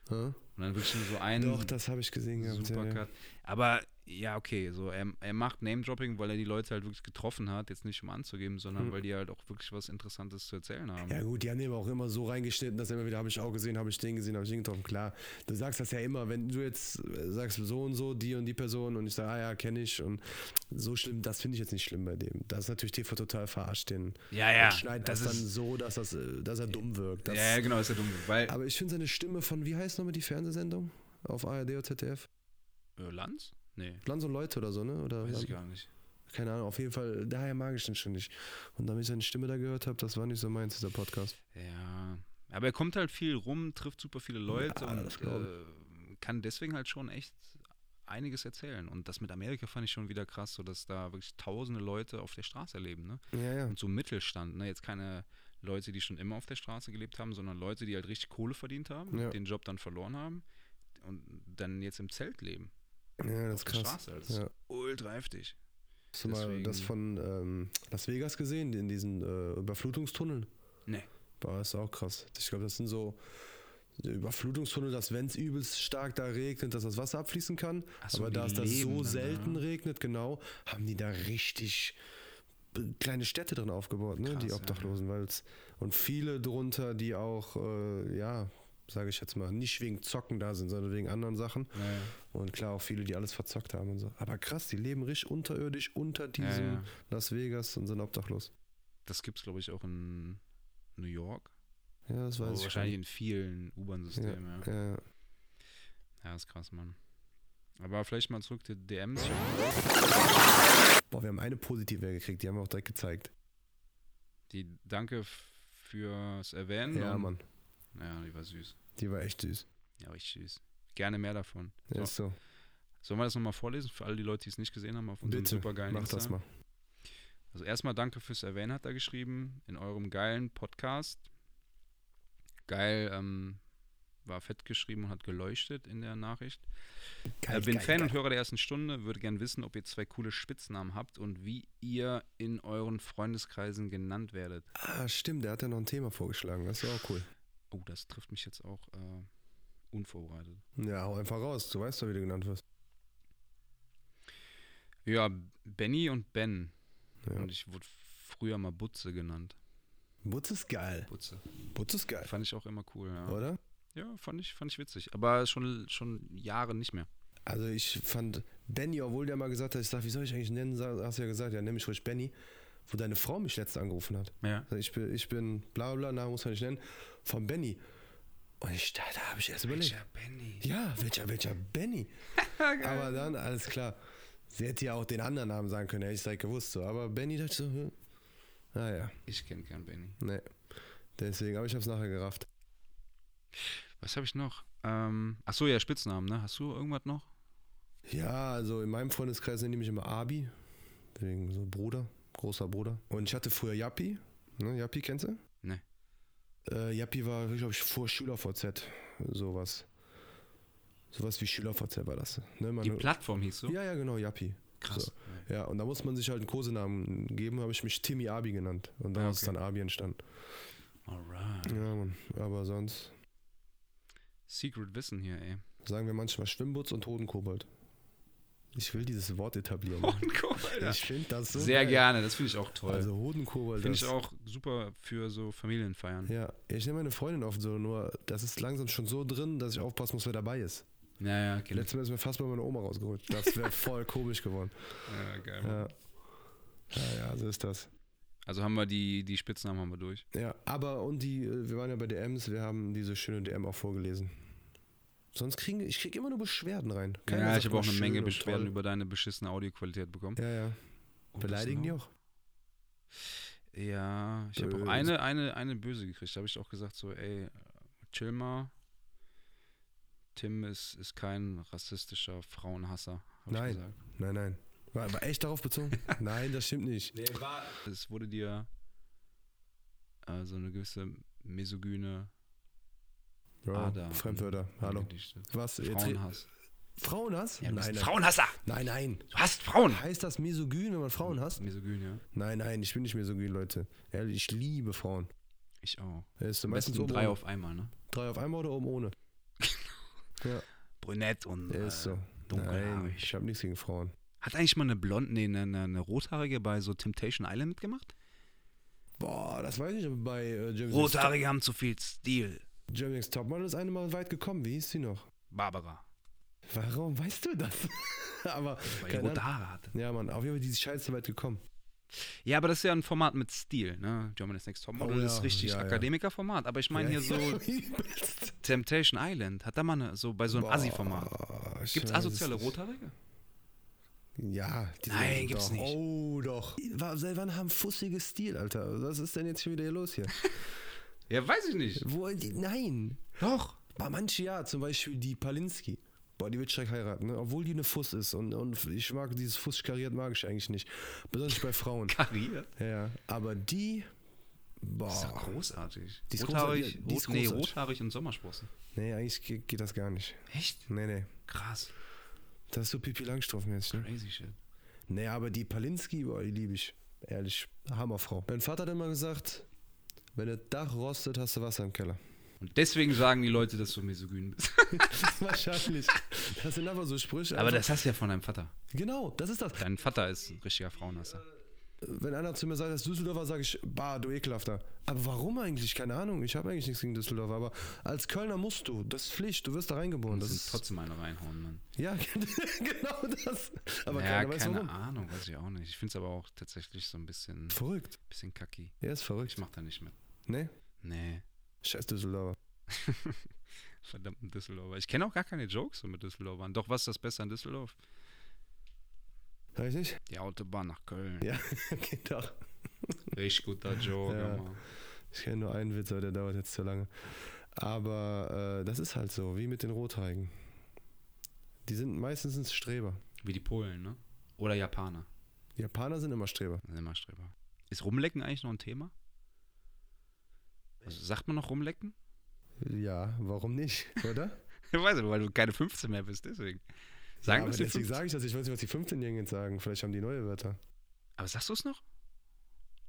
Ja? Und dann wirklich nur so einen Doch, das habe ich gesehen gehabt. ja, ja. Supercut. Aber ja, okay, so er, er macht Name-Dropping, weil er die Leute halt wirklich getroffen hat, jetzt nicht um anzugeben, sondern Mhm. weil die halt auch wirklich was Interessantes zu erzählen haben. Ja gut, die haben eben auch immer so reingeschnitten, dass immer wieder habe ich auch gesehen, habe ich den gesehen, habe ich den getroffen. Klar, du sagst das ja immer, wenn du jetzt äh, sagst so und so, die und die Person und ich sage, ah ja, kenne ich und so schlimm, das finde ich jetzt nicht schlimm bei dem. Das ist natürlich TV total verarscht, den Ja, und schneidet das, dann so, dass, das, äh, dass er dumm wirkt. Das, ja, ja, genau, ist ja dumm. Weil Aber ich finde seine Stimme von, wie heißt nochmal die Fernsehsendung? Auf ARD oder ZDF? äh, Lanz? Nee, Land und Leute oder so, ne? Oder weiß ich gar nicht. keine Ahnung, auf jeden Fall, daher mag ich den schon nicht. Und damit ich seine Stimme da gehört habe, das war nicht so meins, dieser Podcast. Ja, aber er kommt halt viel rum, trifft super viele Leute Ja, das und glaub äh, kann deswegen halt schon echt einiges erzählen. Und das mit Amerika fand ich schon wieder krass, so dass da wirklich tausende Leute auf der Straße leben, ne? Ja, ja. und so Mittelstand, ne? Jetzt keine Leute, die schon immer auf der Straße gelebt haben, sondern Leute, die halt richtig Kohle verdient haben, Ja. den Job dann verloren haben und dann jetzt im Zelt leben. Ja, das ist auf der krass. Straße. Das Ja. ist ultra heftig. Hast du mal das Deswegen- von ähm, Las Vegas gesehen, in diesen äh, Überflutungstunneln? Nee. Boah, ist auch krass. Ich glaube, das sind so Überflutungstunnel, dass wenn es übelst stark da regnet, dass das Wasser abfließen kann. Ach so, Aber die da es das so leben dann ne? da. selten regnet, genau, haben die da richtig b- kleine Städte drin aufgebaut, ne? Krass, die ja, Obdachlosen, weil's und viele drunter, die auch, äh, ja, sage ich jetzt mal, nicht wegen Zocken da sind, sondern wegen anderen Sachen. Und klar, auch viele, die alles verzockt haben und so. Aber krass, die leben richtig unterirdisch unter diesem ja. Las Vegas und sind obdachlos. Das gibt's, glaube ich, auch in New York. Ja, das Aber weiß ich. wahrscheinlich in vielen U-Bahn-Systemen, ja. schon. Ja. Ja, ist krass, Mann. Aber vielleicht mal zurück zu DMs. Boah, wir haben eine positive gekriegt, die haben wir auch direkt gezeigt. Die danke f- fürs Erwähnen. Ja, und- Mann. Ja, die war süß. Die war echt süß. Ja, richtig süß. Gerne mehr davon. Ja, ist so. Sollen wir das nochmal vorlesen für alle die Leute, die es nicht gesehen haben auf unserem Bitte, supergeilen mach das mal. Also erstmal danke fürs Erwähnen, hat er geschrieben, in eurem geilen Podcast. Geil, ähm, war fett geschrieben und hat geleuchtet in der Nachricht. Geil, äh, bin geil, Fan geil. und Hörer der ersten Stunde, würde gern wissen, ob ihr zwei coole Spitznamen habt und wie ihr in euren Freundeskreisen genannt werdet. Ah, stimmt, der hat ja noch ein Thema vorgeschlagen. Das ist ja auch cool. Oh, das trifft mich jetzt auch äh, unvorbereitet. Ja, hau einfach raus. Du weißt doch, wie du genannt wirst. Ja, Benny und Ben. Ja. Und ich wurde früher mal Butze genannt. Butz ist geil. Butze. Butz ist geil. Fand ich auch immer cool, ja. Oder? Ja, fand ich, fand ich witzig. Aber schon, schon Jahre nicht mehr. Also ich fand Benny, obwohl der mal gesagt hat, ich sag, wie soll ich eigentlich nennen, Sag- hast du ja gesagt, ja, nenn mich ruhig Benny, wo deine Frau mich letztens angerufen hat. Ja. Also Ich bin, ich bin bla bla, Namen muss man nicht nennen, von Benny. Und ich, da, da habe ich erst überlegt. Benny. Ja, welcher, welcher Benny? aber dann, alles klar. Sie hätte ja auch den anderen Namen sagen können, hätte ich direkt gewusst. So. Aber Benny dachte ich so, hm. naja, Ich kenne keinen Benny. nee. Deswegen, aber ich habe es nachher gerafft. Was habe ich noch? Ähm, ach so, ja, Spitznamen, ne? Hast du irgendwas noch? Ja, also in meinem Freundeskreis nenne ich mich immer Abi. Deswegen so Bruder, großer Bruder. Und ich hatte früher Jappi. Ne, Jappi kennst du? Nee. Äh, Jappi war, glaube ich, vor SchülerVZ. Sowas. Sowas wie SchülerVZ war das. Ne, man, Die Plattform hieß so? ja, ja, genau, Jappi. Krass. So. Ja, und da muss man sich halt einen Kosenamen geben, habe ich mich Timmy Abi genannt. Und daraus Ah, ist okay. dann Abi entstanden. Alright. Ja, Mann. Aber sonst Secret Wissen hier, ey. sagen wir manchmal Schwimmbutz und Hodenkobold. Ich will dieses Wort etablieren. Und guck, Oh, Alter. Ich finde Oh das so Sehr geil. gerne, das finde ich auch toll. Also Hodenkobold. finde ich das- auch super für so Familienfeiern. Ja, Ja, ich nehme meine Freundin oft so, nur das ist langsam schon so drin, dass ich aufpassen muss, wer dabei ist. ja, okay. Letztes Mal ist mir fast bei meiner Oma rausgeholt. Das wäre voll komisch geworden. ja geil. Ja. ja, ja, so ist das. Also haben wir die, die Spitznamen haben wir durch. Ja, aber und die, äh, wir waren ja bei DMs, wir haben diese schöne DM auch vorgelesen. Sonst kriegen, ich krieg immer nur Beschwerden rein. Keiner ja, sagt ich habe immer auch eine schön Menge und Beschwerden toll. über deine beschissene Audioqualität bekommen. Ja, ja. Oh, das Beleidigen die noch? auch? Ja, ich habe auch Böse. eine, eine, eine böse gekriegt. Da habe ich auch gesagt, so, ey, chill mal. Tim ist, ist kein rassistischer Frauenhasser. hab Nein. Ich gesagt. Nein, nein. War, war echt darauf bezogen? nein, das stimmt nicht. Es wurde dir äh, so eine gewisse misogyne Ja, Ada. Fremdwörter. Hallo. angedichtet. Was? Jetzt re- Frauenhass. Frauenhass? Ja, du bist nein, ein nein. Frauenhasser! nein, nein. Du hast Frauen! Heißt das misogyn, wenn man Frauen hasst? Misogyn, ja. Nein, nein, ich bin nicht misogyn, Leute. Ehrlich, ich liebe Frauen. Ich auch. Er ist Am meistens besten oben drei ohne. auf einmal, ne? drei auf einmal oder oben ohne? Brünett und Er äh, ist so. Nein, dunkelhaarig. ich habe nichts gegen Frauen. Hat eigentlich mal eine blonde, nee, eine, eine, eine rothaarige bei so Temptation Island mitgemacht? Boah, das weiß ich aber bei äh, Germany's, Rothaarige haben zu viel Stil. Germany's Topmodel ist eine mal weit gekommen. Wie hieß sie noch? Barbara. Warum weißt du das? aber Weil die keine rote Ahnung. Haare hatte. Ja, Mann, auf jeden Fall die Scheiße weit gekommen. Ja, aber das ist ja ein Format mit Stil, ne? Germany's Next Topmodel Oh ja, ist richtig ja, ja. Akademikerformat. Aber ich meine ja, hier so Temptation Island. Hat da mal eine, so bei so einem Assi-Format. Gibt's asoziale Rothaarige? Ja, die Nein, sind gibt's doch. nicht. Oh, doch. Wa- Seit wann haben fussige Stil, Alter? Was ist denn jetzt schon wieder hier los hier? Ja, weiß ich nicht. Wo, die, nein. Doch. Bei manche ja, zum Beispiel die Palinski. Boah, die wird schreck heiraten, ne? obwohl die eine Fuß ist. Und, und ich mag dieses Fuß kariert, mag ich eigentlich nicht. Besonders bei Frauen. Kariert. Ja, ja. Aber die, Das ist doch boah. großartig. Die ist rothaarig, großartig, die ist rot, nee, großartig. rothaarig und Sommersprossen. Nee, eigentlich ge- geht das gar nicht. Echt? Nee, nee. Krass. Das ist so Pipi Langstrumpf-mäßig, ne? Crazy shit. Nee, aber die Palinski, boah, die liebe ich. Ehrlich, Hammerfrau. Mein Vater hat immer gesagt, wenn das Dach rostet, hast du Wasser im Keller. Und deswegen sagen die Leute, dass du misogyn bist. Wahrscheinlich. Das sind aber so Sprüche. Aber einfach- das hast du ja von deinem Vater. Genau, das ist das. Dein Vater ist ein richtiger Frauenhasser. Wenn einer zu mir sagt, das ist Düsseldorfer, sage ich, bah, du ekelhafter. Aber warum eigentlich? Keine Ahnung. Ich habe eigentlich nichts gegen Düsseldorfer, aber als Kölner musst du. Das ist Pflicht. Du wirst da reingeboren. Und Das sind ist, trotzdem eine reinhauen, Mann. ja, genau das. Aber ja, keiner weiß keine warum. Ahnung, weiß ich auch nicht. Ich finde es aber auch tatsächlich so ein bisschen, Verrückt. bisschen kacki. Oh, Er ist Ich verrückt. mach da nicht mit. Nee, Nee. scheiß Düsseldorfer. Verdammten Düsseldorfer. Ich kenne auch gar keine Jokes so mit Düsseldorfern. Doch, was ist das Beste an Düsseldorf? Sag ich nicht? Die Autobahn nach Köln. Ja, geht doch. Richtig guter Joke, Ja. Mann. Ich kenne nur einen Witz, aber der dauert jetzt zu lange. Aber äh, das ist halt so, wie mit den Rothaarigen. Die sind meistens Streber. Wie die Polen, ne? Oder Japaner. Die Japaner sind immer Streber. Sind immer Streber. Ist Rumlecken eigentlich noch ein Thema? Also, sagt man noch Rumlecken? Ja, warum nicht, oder? Ich weiß nicht, weil du keine 15 mehr bist, deswegen. Sagen ja, wir aber es jetzt. deswegen nicht. sage ich das. Ich weiß nicht, was die 15-Jährigen jetzt sagen. Vielleicht haben die neue Wörter. Aber sagst du es noch?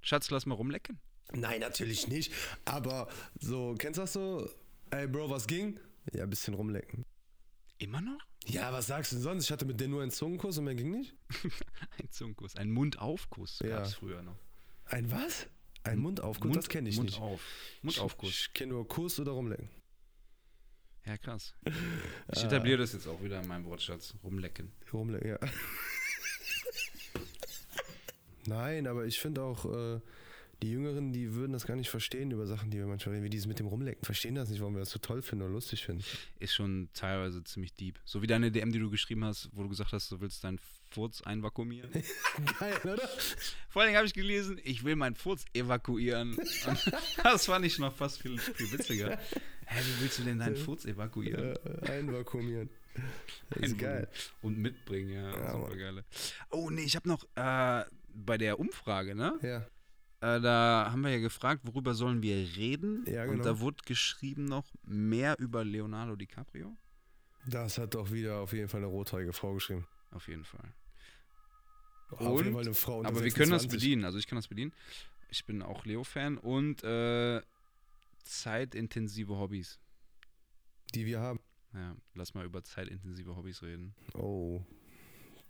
Schatz, lass mal rumlecken. Nein, natürlich nicht. Aber so, kennst du das so? Ey, Bro, was ging? Ja, ein bisschen rumlecken. Immer noch? Ja, was sagst du denn sonst? Ich hatte mit denen nur einen Zungenkuss und mehr ging nicht. Ein Zungenkuss, ein Mundaufkuss Ja. gab es früher noch. Ein was? Ein Mundaufkuss, Mund- das kenne ich Mund nicht. Auf. Mundaufkuss. Ich, ich kenne nur Kuss oder rumlecken. Ja, krass. Ich etabliere das jetzt auch wieder in meinem Wortschatz. Rumlecken. Rumlecken, ja. Nein, aber ich finde auch, äh, die Jüngeren, die würden das gar nicht verstehen über Sachen, die wir manchmal reden, wie dieses mit dem Rumlecken. Verstehen das nicht, warum wir das so toll finden oder lustig finden. Ist schon teilweise ziemlich deep. So wie deine DM, die du geschrieben hast, wo du gesagt hast, du willst deinen Furz einvakuumieren. Geil, oder? Vor allem habe ich gelesen, ich will meinen Furz evakuieren. Und das fand ich noch fast viel, viel witziger. Hä, wie willst du denn deinen Furz evakuieren? Äh, einvakuumieren. Das ist Einbringen geil. Und mitbringen, ja. Ja, Mann. super geile. Oh nee, ich habe noch äh, bei der Umfrage, ne? Ja. Äh, da haben wir ja gefragt, worüber sollen wir reden? Ja, Und genau. da wurde geschrieben noch mehr über Leonardo DiCaprio. Das hat doch wieder auf jeden Fall eine rothäugige Frau geschrieben. Auf jeden Fall. auf jeden Und? Fall eine Frau unter Aber wir können das 26. bedienen. Also ich kann das bedienen. Ich bin auch Leo-Fan und äh, zeitintensive Hobbys. Die wir haben. Ja, lass mal über zeitintensive Hobbys reden. Oh.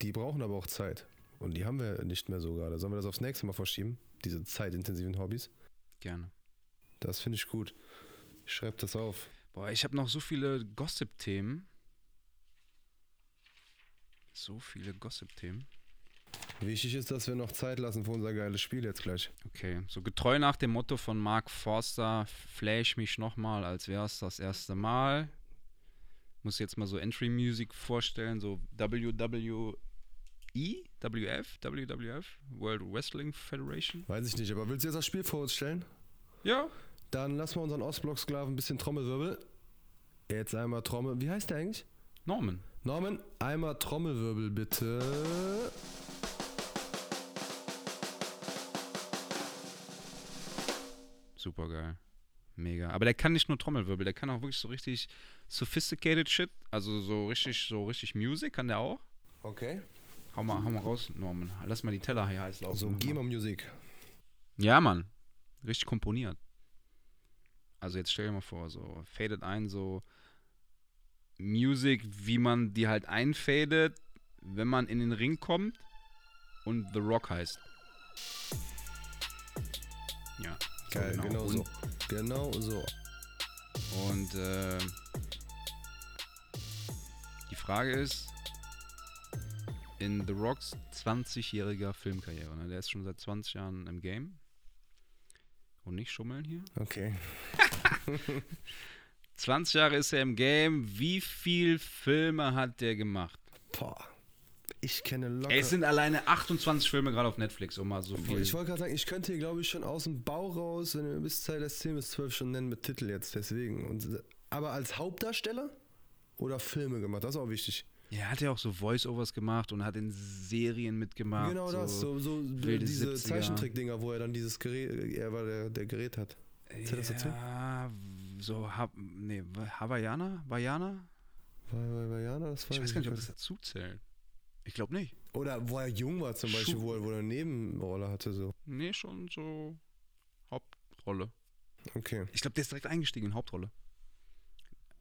Die brauchen aber auch Zeit. Und die haben wir nicht mehr so gerade. Sollen wir das aufs nächste Mal verschieben? Diese zeitintensiven Hobbys? Gerne. Das finde ich gut. Ich schreib das auf. Boah, ich habe noch so viele Gossip-Themen. So viele Gossip-Themen. Wichtig ist, dass wir noch Zeit lassen für unser geiles Spiel jetzt gleich. Okay, so getreu nach dem Motto von Mark Forster, flash mich nochmal, als wäre es das erste Mal. Muss jetzt mal so Entry Music vorstellen, so E, WWE, WF, WWF, World Wrestling Federation. Weiß ich nicht, aber willst du jetzt das Spiel vor uns stellen? Ja, Dann lassen wir unseren Ostblock-Sklaven ein bisschen Trommelwirbel. Jetzt einmal Trommel. Wie heißt der eigentlich? Norman. Norman, einmal Trommelwirbel bitte. Super geil. Mega. Aber der kann nicht nur Trommelwirbel, der kann auch wirklich so richtig sophisticated shit, also so richtig, so richtig Music kann der auch. Okay. Hau mal, hau mal raus, Norman. Lass mal die Teller hier heiß laufen. So, Mach mal. GEMA Musik. Ja, Mann. Richtig komponiert. Also jetzt stell dir mal vor, so fadet ein, so Music, wie man die halt einfadet, wenn man in den Ring kommt und The Rock heißt. Ja. so Geil, genau, und so. Genau so. und äh, die Frage ist, in The Rocks 20-jähriger Filmkarriere, ne? der ist schon seit 20 Jahren im Game. Und nicht schummeln hier. Okay. 20 Jahre ist er im Game. Wie viel Filme hat der gemacht? Boah. Ich kenne locker. Ey, es sind alleine 28 Filme gerade auf Netflix, um mal so viel. ich wollte gerade sagen, ich könnte hier, glaube ich, schon aus dem Bau raus, wenn ihr bis Zeit lässt, 10 bis 12 schon nennen mit Titel jetzt, deswegen. Und, aber als Hauptdarsteller oder Filme gemacht, das ist auch wichtig. ja, hat ja auch so Voiceovers gemacht und hat in Serien mitgemacht. genau so. das, so, so wilde diese 70er. Zeichentrickdinger, wo er dann dieses Gerät, er war der, der Gerät hat. Zählt das dazu? Ja, so ha nee, Wa- Hawaiiana? Vajana? War, war, war, ja, das war Ich weiß gar nicht, ob das dazu zählt. Ich glaube nicht. Oder wo er jung war zum Beispiel, Schu- wo er, wo er eine Nebenrolle hatte, so. Nee, schon so Hauptrolle. Okay. Ich glaube, der ist direkt eingestiegen in Hauptrolle.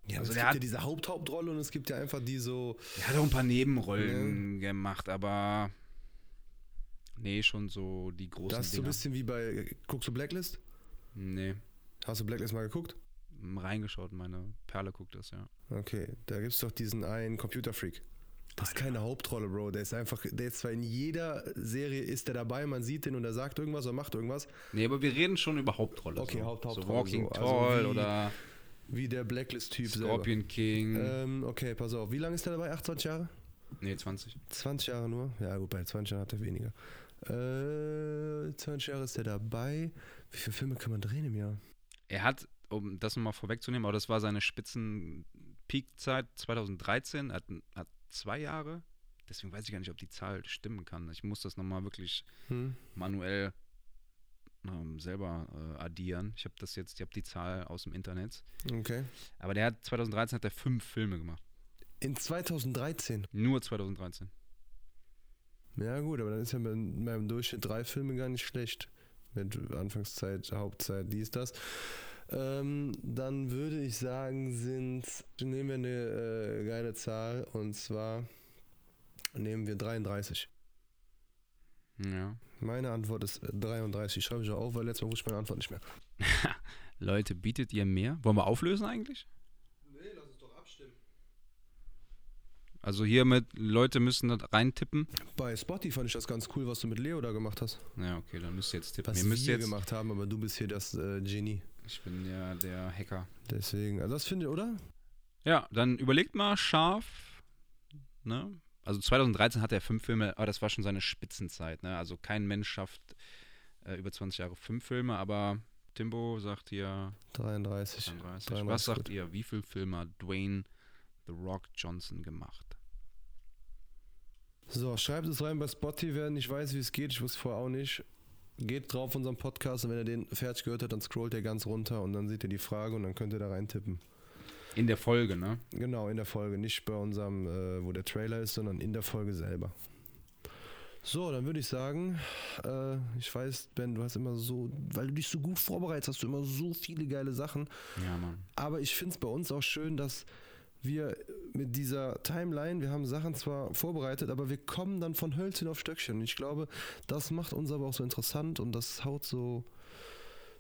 Ja, also Also es der gibt hat- ja diese Haupthauptrolle und es gibt ja einfach die so. Er hat auch ein paar Nebenrollen gemacht, aber nee, schon so die großen Das ist so ein Dinger. bisschen wie bei. Guckst du Blacklist? nee, Hast du Blacklist mal geguckt? m, reingeschaut, meine Perle guckt das, ja. Okay, da gibt's doch diesen einen Computerfreak. Das ist keine Hauptrolle, Bro. Der ist einfach, der ist zwar in jeder Serie ist der dabei, man sieht den und er sagt irgendwas oder macht irgendwas. Nee, aber wir reden schon über Hauptrolle. Okay, so. Haupt- so Hauptrolle, Walking so. Also Tall wie oder Wie der Blacklist-Typ selber. Scorpion King. Ähm, okay, pass auf. Wie lange ist der dabei? 28 Jahre? nee, 20. 20 Jahre nur? Ja, gut, bei 20 Jahren hat er weniger. Äh, 20 Jahre ist der dabei. Wie viele Filme kann man drehen im Jahr? Er hat, um das nochmal vorwegzunehmen, aber das war seine Spitzen-Peak-Zeit 2013, hat, hat zwei Jahre Deswegen weiß ich gar nicht, ob die Zahl stimmen kann. Ich muss das nochmal wirklich Hm? manuell ähm, selber äh, addieren. Ich habe das jetzt, ich habe die Zahl aus dem Internet. Okay. Aber der hat 2013 hat er fünf Filme gemacht. In 2013. Nur 2013. Ja, gut, aber dann ist ja bei meinem Durchschnitt drei Filme gar nicht schlecht. Mit Anfangszeit, Hauptzeit, dies, das. Ähm, dann würde ich sagen, sind. Nehmen wir eine äh, geile Zahl und zwar nehmen wir 33. Ja. Meine Antwort ist äh, 33. Schreibe ich auch auf, weil letztes Mal wusste ich meine Antwort nicht mehr. Leute, bietet ihr mehr? Wollen wir auflösen eigentlich? Nee, lass uns doch abstimmen. Also hiermit, Leute müssen da reintippen. Bei Spotty fand ich das ganz cool, was du mit Leo da gemacht hast. Ja, okay, dann müsst ihr jetzt tippen. Was ihr müsst wir jetzt, gemacht haben, aber du bist hier das äh, Genie. ich bin ja der Hacker. Deswegen, also das finde ich, oder? Ja, dann überlegt mal scharf. Ne? Also 2013 hatte er fünf Filme, aber das war schon seine Spitzenzeit. Ne? Also kein Mensch schafft äh, über 20 Jahre fünf Filme, aber Timbo sagt hier 33. 33. 33, Was sagt gut. ihr, wie viele Filme hat Dwayne The Rock Johnson gemacht? So, schreibt es rein bei Spotty, wer nicht weiß, wie es geht, ich wusste vorher auch nicht. Geht drauf auf unseren Podcast und wenn ihr den fertig gehört habt, dann scrollt ihr ganz runter und dann seht ihr die Frage und dann könnt ihr da reintippen. In der Folge, ne? Genau, in der Folge, nicht bei unserem, äh, wo der Trailer ist, sondern in der Folge selber. So, dann würde ich sagen, äh, ich weiß, Ben, du hast immer so, weil du dich so gut vorbereitest, hast du immer so viele geile Sachen. Ja, Mann. Aber ich finde es bei uns auch schön, dass wir mit dieser Timeline, wir haben Sachen zwar vorbereitet, aber wir kommen dann von Hölzchen auf Stöckchen. Und ich glaube, das macht uns aber auch so interessant und das haut so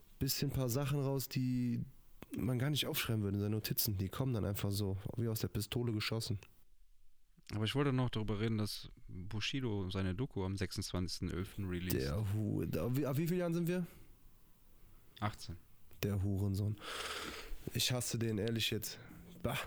ein bisschen ein paar Sachen raus, die man gar nicht aufschreiben würde in seinen Notizen. Die kommen dann einfach so, wie aus der Pistole geschossen. Aber ich wollte noch darüber reden, dass Bushido seine Doku am 26.11. released. Der Hu da- wie- Ab wie vielen Jahren sind wir? 18. Der Hurensohn. Ich hasse den, ehrlich jetzt. Bah.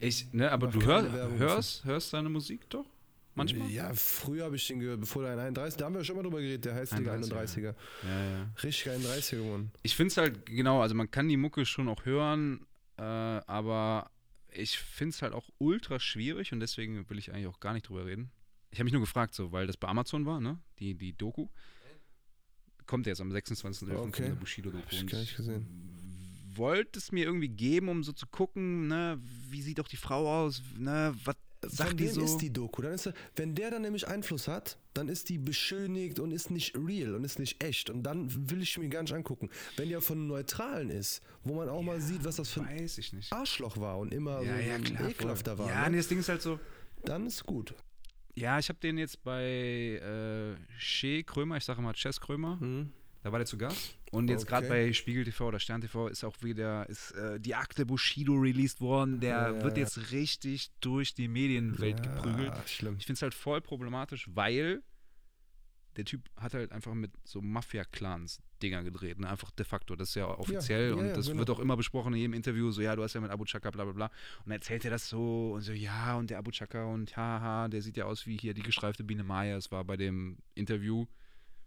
Ich, ne, aber Mach du keine hör, Werbung hörst, hörst seine Musik doch? Manchmal? Ja, früher habe ich den gehört, bevor der 31, da haben wir schon mal drüber geredet, der heißt 31er. 31er. Ja, ja. Richtig geilen 30er gewonnen. Ich finde es halt, genau, also man kann die Mucke schon auch hören, äh, aber ich finde es halt auch ultra schwierig und deswegen will ich eigentlich auch gar nicht drüber reden. Ich habe mich nur gefragt, so, weil das bei Amazon war, ne? Die, die Doku. Kommt jetzt am 26.11. von Ah, Okay. der Bushido-Doku. Hab ich und gar nicht gesehen. Wollte es mir irgendwie geben, um so zu gucken, ne? Wie sieht doch die Frau aus, ne? Was sagt Von die wem so? ist die Doku? Dann ist, er- wenn der dann nämlich Einfluss hat, dann ist die beschönigt und ist nicht real und ist nicht echt. Und dann will ich mir gar nicht angucken. Wenn die ja von Neutralen ist, wo man auch mal sieht, was das für ein Weiß ich nicht. Arschloch war und immer Ah, so ein ekelhafter voll. war, Ja, ne? nee, das Ding ist halt so. dann ist gut. Ja, ich habe den jetzt bei äh, Shea Krömer, ich sage mal Chess Krömer, da war der zu Gast. Und jetzt gerade Okay. bei Spiegel TV oder Stern TV ist auch wieder ist, äh, die Akte Bushido released worden. Der Ja. wird jetzt richtig durch die Medienwelt geprügelt. Ah, schlimm. Ich finde es halt voll problematisch, weil der Typ hat halt einfach mit so Mafia-Clans Dinger gedreht. Ne? Einfach de facto. Das ist ja offiziell ja, und ja, das genau. wird auch immer besprochen in jedem Interview. So, ja, du hast ja mit Abu Chaka, bla, bla, bla. Und dann erzählt er das so und so, ja, und der Abu Chaka und haha, der sieht ja aus wie hier die gestreifte Biene Maya. Es war bei dem Interview,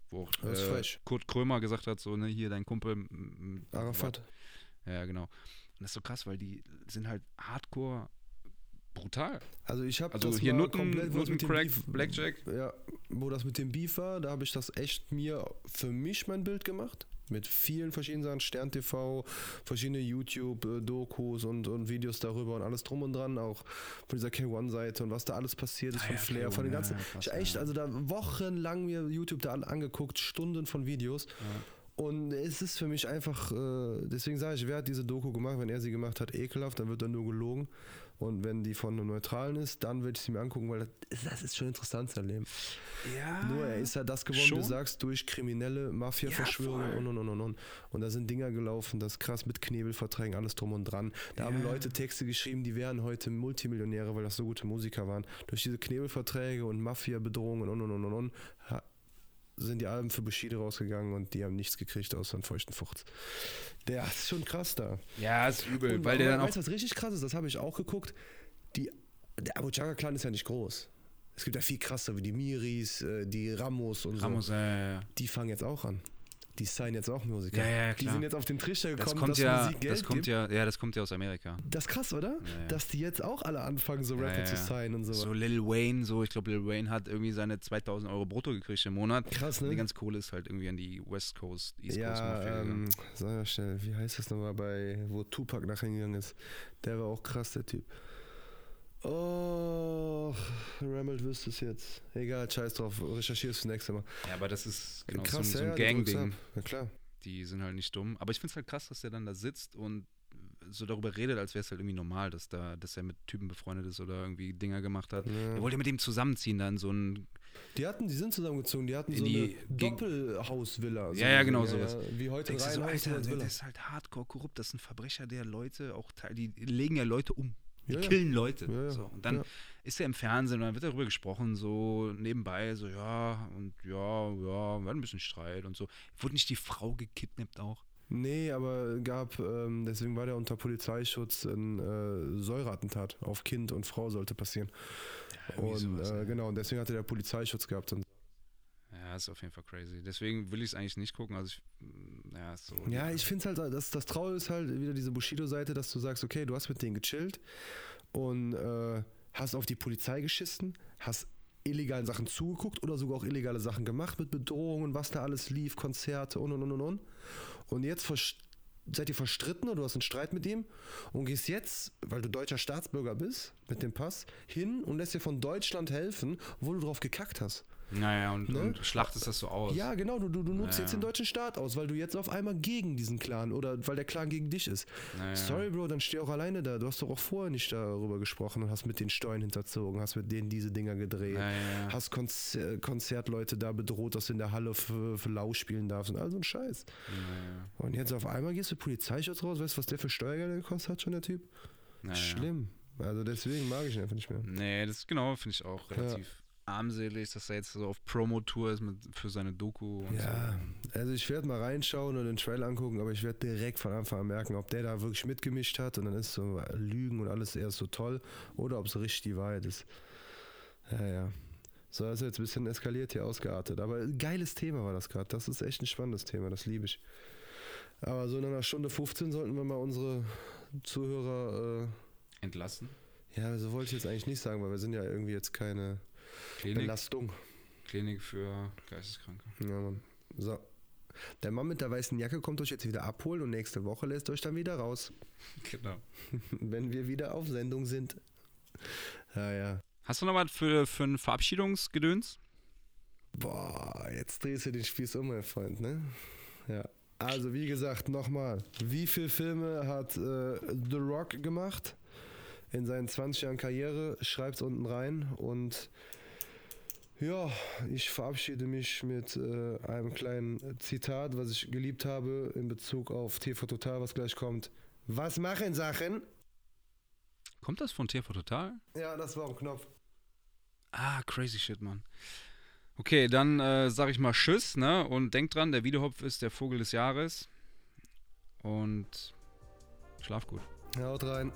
wo auch Das ist äh, frech. Kurt Krömer gesagt hat, so, ne, hier dein Kumpel. m- m- Arafat. Ja, genau. Und das ist so krass, weil die sind halt hardcore brutal. Also ich habe Also das hier mal Nutten, komplett, wo es mit dem Nuttencrack, Beef- Blackjack. Ja, wo das mit dem Beef war, da habe ich das echt mir für mich mein Bild gemacht. Mit vielen verschiedenen Sachen, Stern TV, verschiedene YouTube-Dokus und, und Videos darüber und alles drum und dran, auch von dieser K1-Seite und was da alles passiert ist, Ah von ja, Flair, K1, von den ja, ganzen. ja, krass, ich echt, ja. also da wochenlang mir YouTube da alle angeguckt, Stunden von Videos. Und es ist für mich einfach, äh, deswegen sage ich, wer hat diese Doku gemacht? Wenn er sie gemacht hat, ekelhaft, dann wird er nur gelogen. Und wenn die von einem Neutralen ist, dann werde ich sie mir angucken, weil das, das ist schon interessant sein Leben. Ja. Nur er ist ja das geworden, Schon? du sagst, durch kriminelle Mafia-Verschwörungen voll. und und und und und. Und da sind Dinger gelaufen, das ist krass mit Knebelverträgen, alles drum und dran. Da haben Leute Texte geschrieben, die wären heute Multimillionäre, weil das so gute Musiker waren. Durch diese Knebelverträge und Mafia-Bedrohungen und und und und und ha- sind die Alben für Bushido rausgegangen und die haben nichts gekriegt außer einen feuchten Fuchs. Der das ist schon krass da. Ja, ist übel, Und weil der dann auch. weißt, du, was richtig krass ist, das habe ich auch geguckt. Die, der Abu Chaka Clan ist ja nicht groß. Es gibt ja viel krasser wie die Miris, äh, die Ramos und so. Ramos, äh, Die fangen jetzt auch an. die signen jetzt auch Musiker. Ja, ja, ja, Die klar. sind jetzt auf den Trichter gekommen, Das kommt dass ja, Musik Geld das kommt gibt. ja, ja, das kommt ja aus Amerika. Das ist krass, oder? Ja, ja. Dass die jetzt auch alle anfangen, so Rapper Ja, ja. zu signen und sowas. So Lil Wayne, so ich glaube Lil Wayne hat irgendwie seine 2000 Euro brutto gekriegt im Monat. Krass, Und ne? die ganze Kohle ist halt irgendwie an die West Coast, East Coast Mafia ja, ähm, gegangen. sag mal schnell, wie heißt das nochmal bei, wo Tupac nachher hingegangen ist? Der war auch krass, der Typ. Oh, Rammelt wüsste es jetzt. Egal, scheiß drauf, recherchiere es für nächste Mal. Ja, aber das ist genau, krass, so, ein- so ein ja, du drückst Gang-Ding. ab. Na klar. Die sind halt nicht dumm. Aber ich finde es halt krass, dass der dann da sitzt und so darüber redet, als wäre es halt irgendwie normal, dass da, dass er mit Typen befreundet ist oder irgendwie Dinger gemacht hat. Ja. Er wollte mit dem zusammenziehen dann so ein. Die hatten, die sind zusammengezogen, die hatten In so die- eine gegen- Doppelhausvilla. so Ja, ja, ein genau Ding, sowas. Wie heute Denkst du so, Reihenhaus, Alter, nur als der, Villa. der ist halt hardcore korrupt, das ist ein Verbrecher, der Leute auch teil, die legen ja Leute um. Die Ja, ja. killen Leute. Ja, ja. So. Und dann Ja. ist er im Fernsehen und dann wird darüber gesprochen, so nebenbei, so ja, und ja, ja, wir hatten ein bisschen Streit und so. Wurde nicht die Frau gekidnappt auch? Nee, aber gab, ähm, deswegen war der unter Polizeischutz ein äh, Säureattentat auf Kind und Frau sollte passieren. irgendwie und sowas, äh, ja. genau, und deswegen hatte der Polizeischutz gehabt. Und Ja, ist auf jeden Fall crazy. Deswegen will ich es eigentlich nicht gucken. Also ich, mm, ja, ist so. ja, ich finde es halt, das, das Traurige ist halt wieder diese Bushido-Seite, dass du sagst, okay, du hast mit denen gechillt und äh, hast auf die Polizei geschissen, hast illegalen Sachen zugeguckt oder sogar auch illegale Sachen gemacht mit Bedrohungen, was da alles lief, Konzerte und und und und und. Und jetzt vers- seid ihr verstritten oder du hast einen Streit mit ihm und gehst jetzt, weil du deutscher Staatsbürger bist, mit dem Pass, hin und lässt dir von Deutschland helfen, wo du drauf gekackt hast. Naja, und, Ne? und schlachtest das so aus. Ja, genau, du, du, du nutzt Ja. jetzt den deutschen Staat aus, weil du jetzt auf einmal gegen diesen Clan oder weil der Clan gegen dich ist. Naja. Sorry, Bro, dann steh auch alleine da. Du hast doch auch vorher nicht darüber gesprochen und hast mit den Steuern hinterzogen, hast mit denen diese Dinger gedreht, Naja. hast Konzer Konzertleute da bedroht, dass du in der Halle für, für Lau spielen darfst und all so ein Scheiß. Naja. Und jetzt auf einmal gehst du Polizeischutz raus, weißt du, was der für Steuergelder gekostet hat, schon der Typ? Naja. Schlimm. Also deswegen mag ich ihn einfach nicht mehr. Nee, das ist genau, finde ich auch relativ armselig, dass er jetzt so auf Promo-Tour ist mit, für seine Doku. Und Ja, also ich werde mal reinschauen und den Trailer angucken, aber ich werde direkt von Anfang an merken, ob der da wirklich mitgemischt hat und dann ist so Lügen und alles erst so toll oder ob es richtig die Wahrheit ist. Ja, ja. So, das ist jetzt ein bisschen eskaliert hier, ausgeartet. Aber ein geiles Thema war das gerade. Das ist echt ein spannendes Thema, das liebe ich. Aber so in einer Stunde 15 sollten wir mal unsere Zuhörer, so. Entlassen. äh, ja, so wollte ich jetzt eigentlich nicht sagen, weil wir sind ja irgendwie jetzt keine Klinik, Belastung. Klinik für Geisteskranke. Ja, Mann. So. Der Mann mit der weißen Jacke kommt euch jetzt wieder abholen und nächste Woche lässt euch dann wieder raus, Genau. wenn wir wieder auf Sendung sind. Ja, ja. Hast du noch was für, für ein Verabschiedungsgedöns? Boah, jetzt drehst du den Spieß um, mein Freund, ne? Ja. Also, wie gesagt, nochmal. Wie viele Filme hat äh, The Rock gemacht in seinen 20 Jahren Karriere? Schreibt's unten rein. Und ja, ich verabschiede mich mit äh, einem kleinen Zitat, was ich geliebt habe in Bezug auf TV Total, was gleich kommt. Was machen Sachen? Kommt das von TV Total? Ja, das war am Knopf. Ah, crazy shit, Mann. Okay, dann äh, sag ich mal Tschüss, ne? Und denkt dran, der Wiedehopf ist der Vogel des Jahres. Und schlaf gut. Haut rein.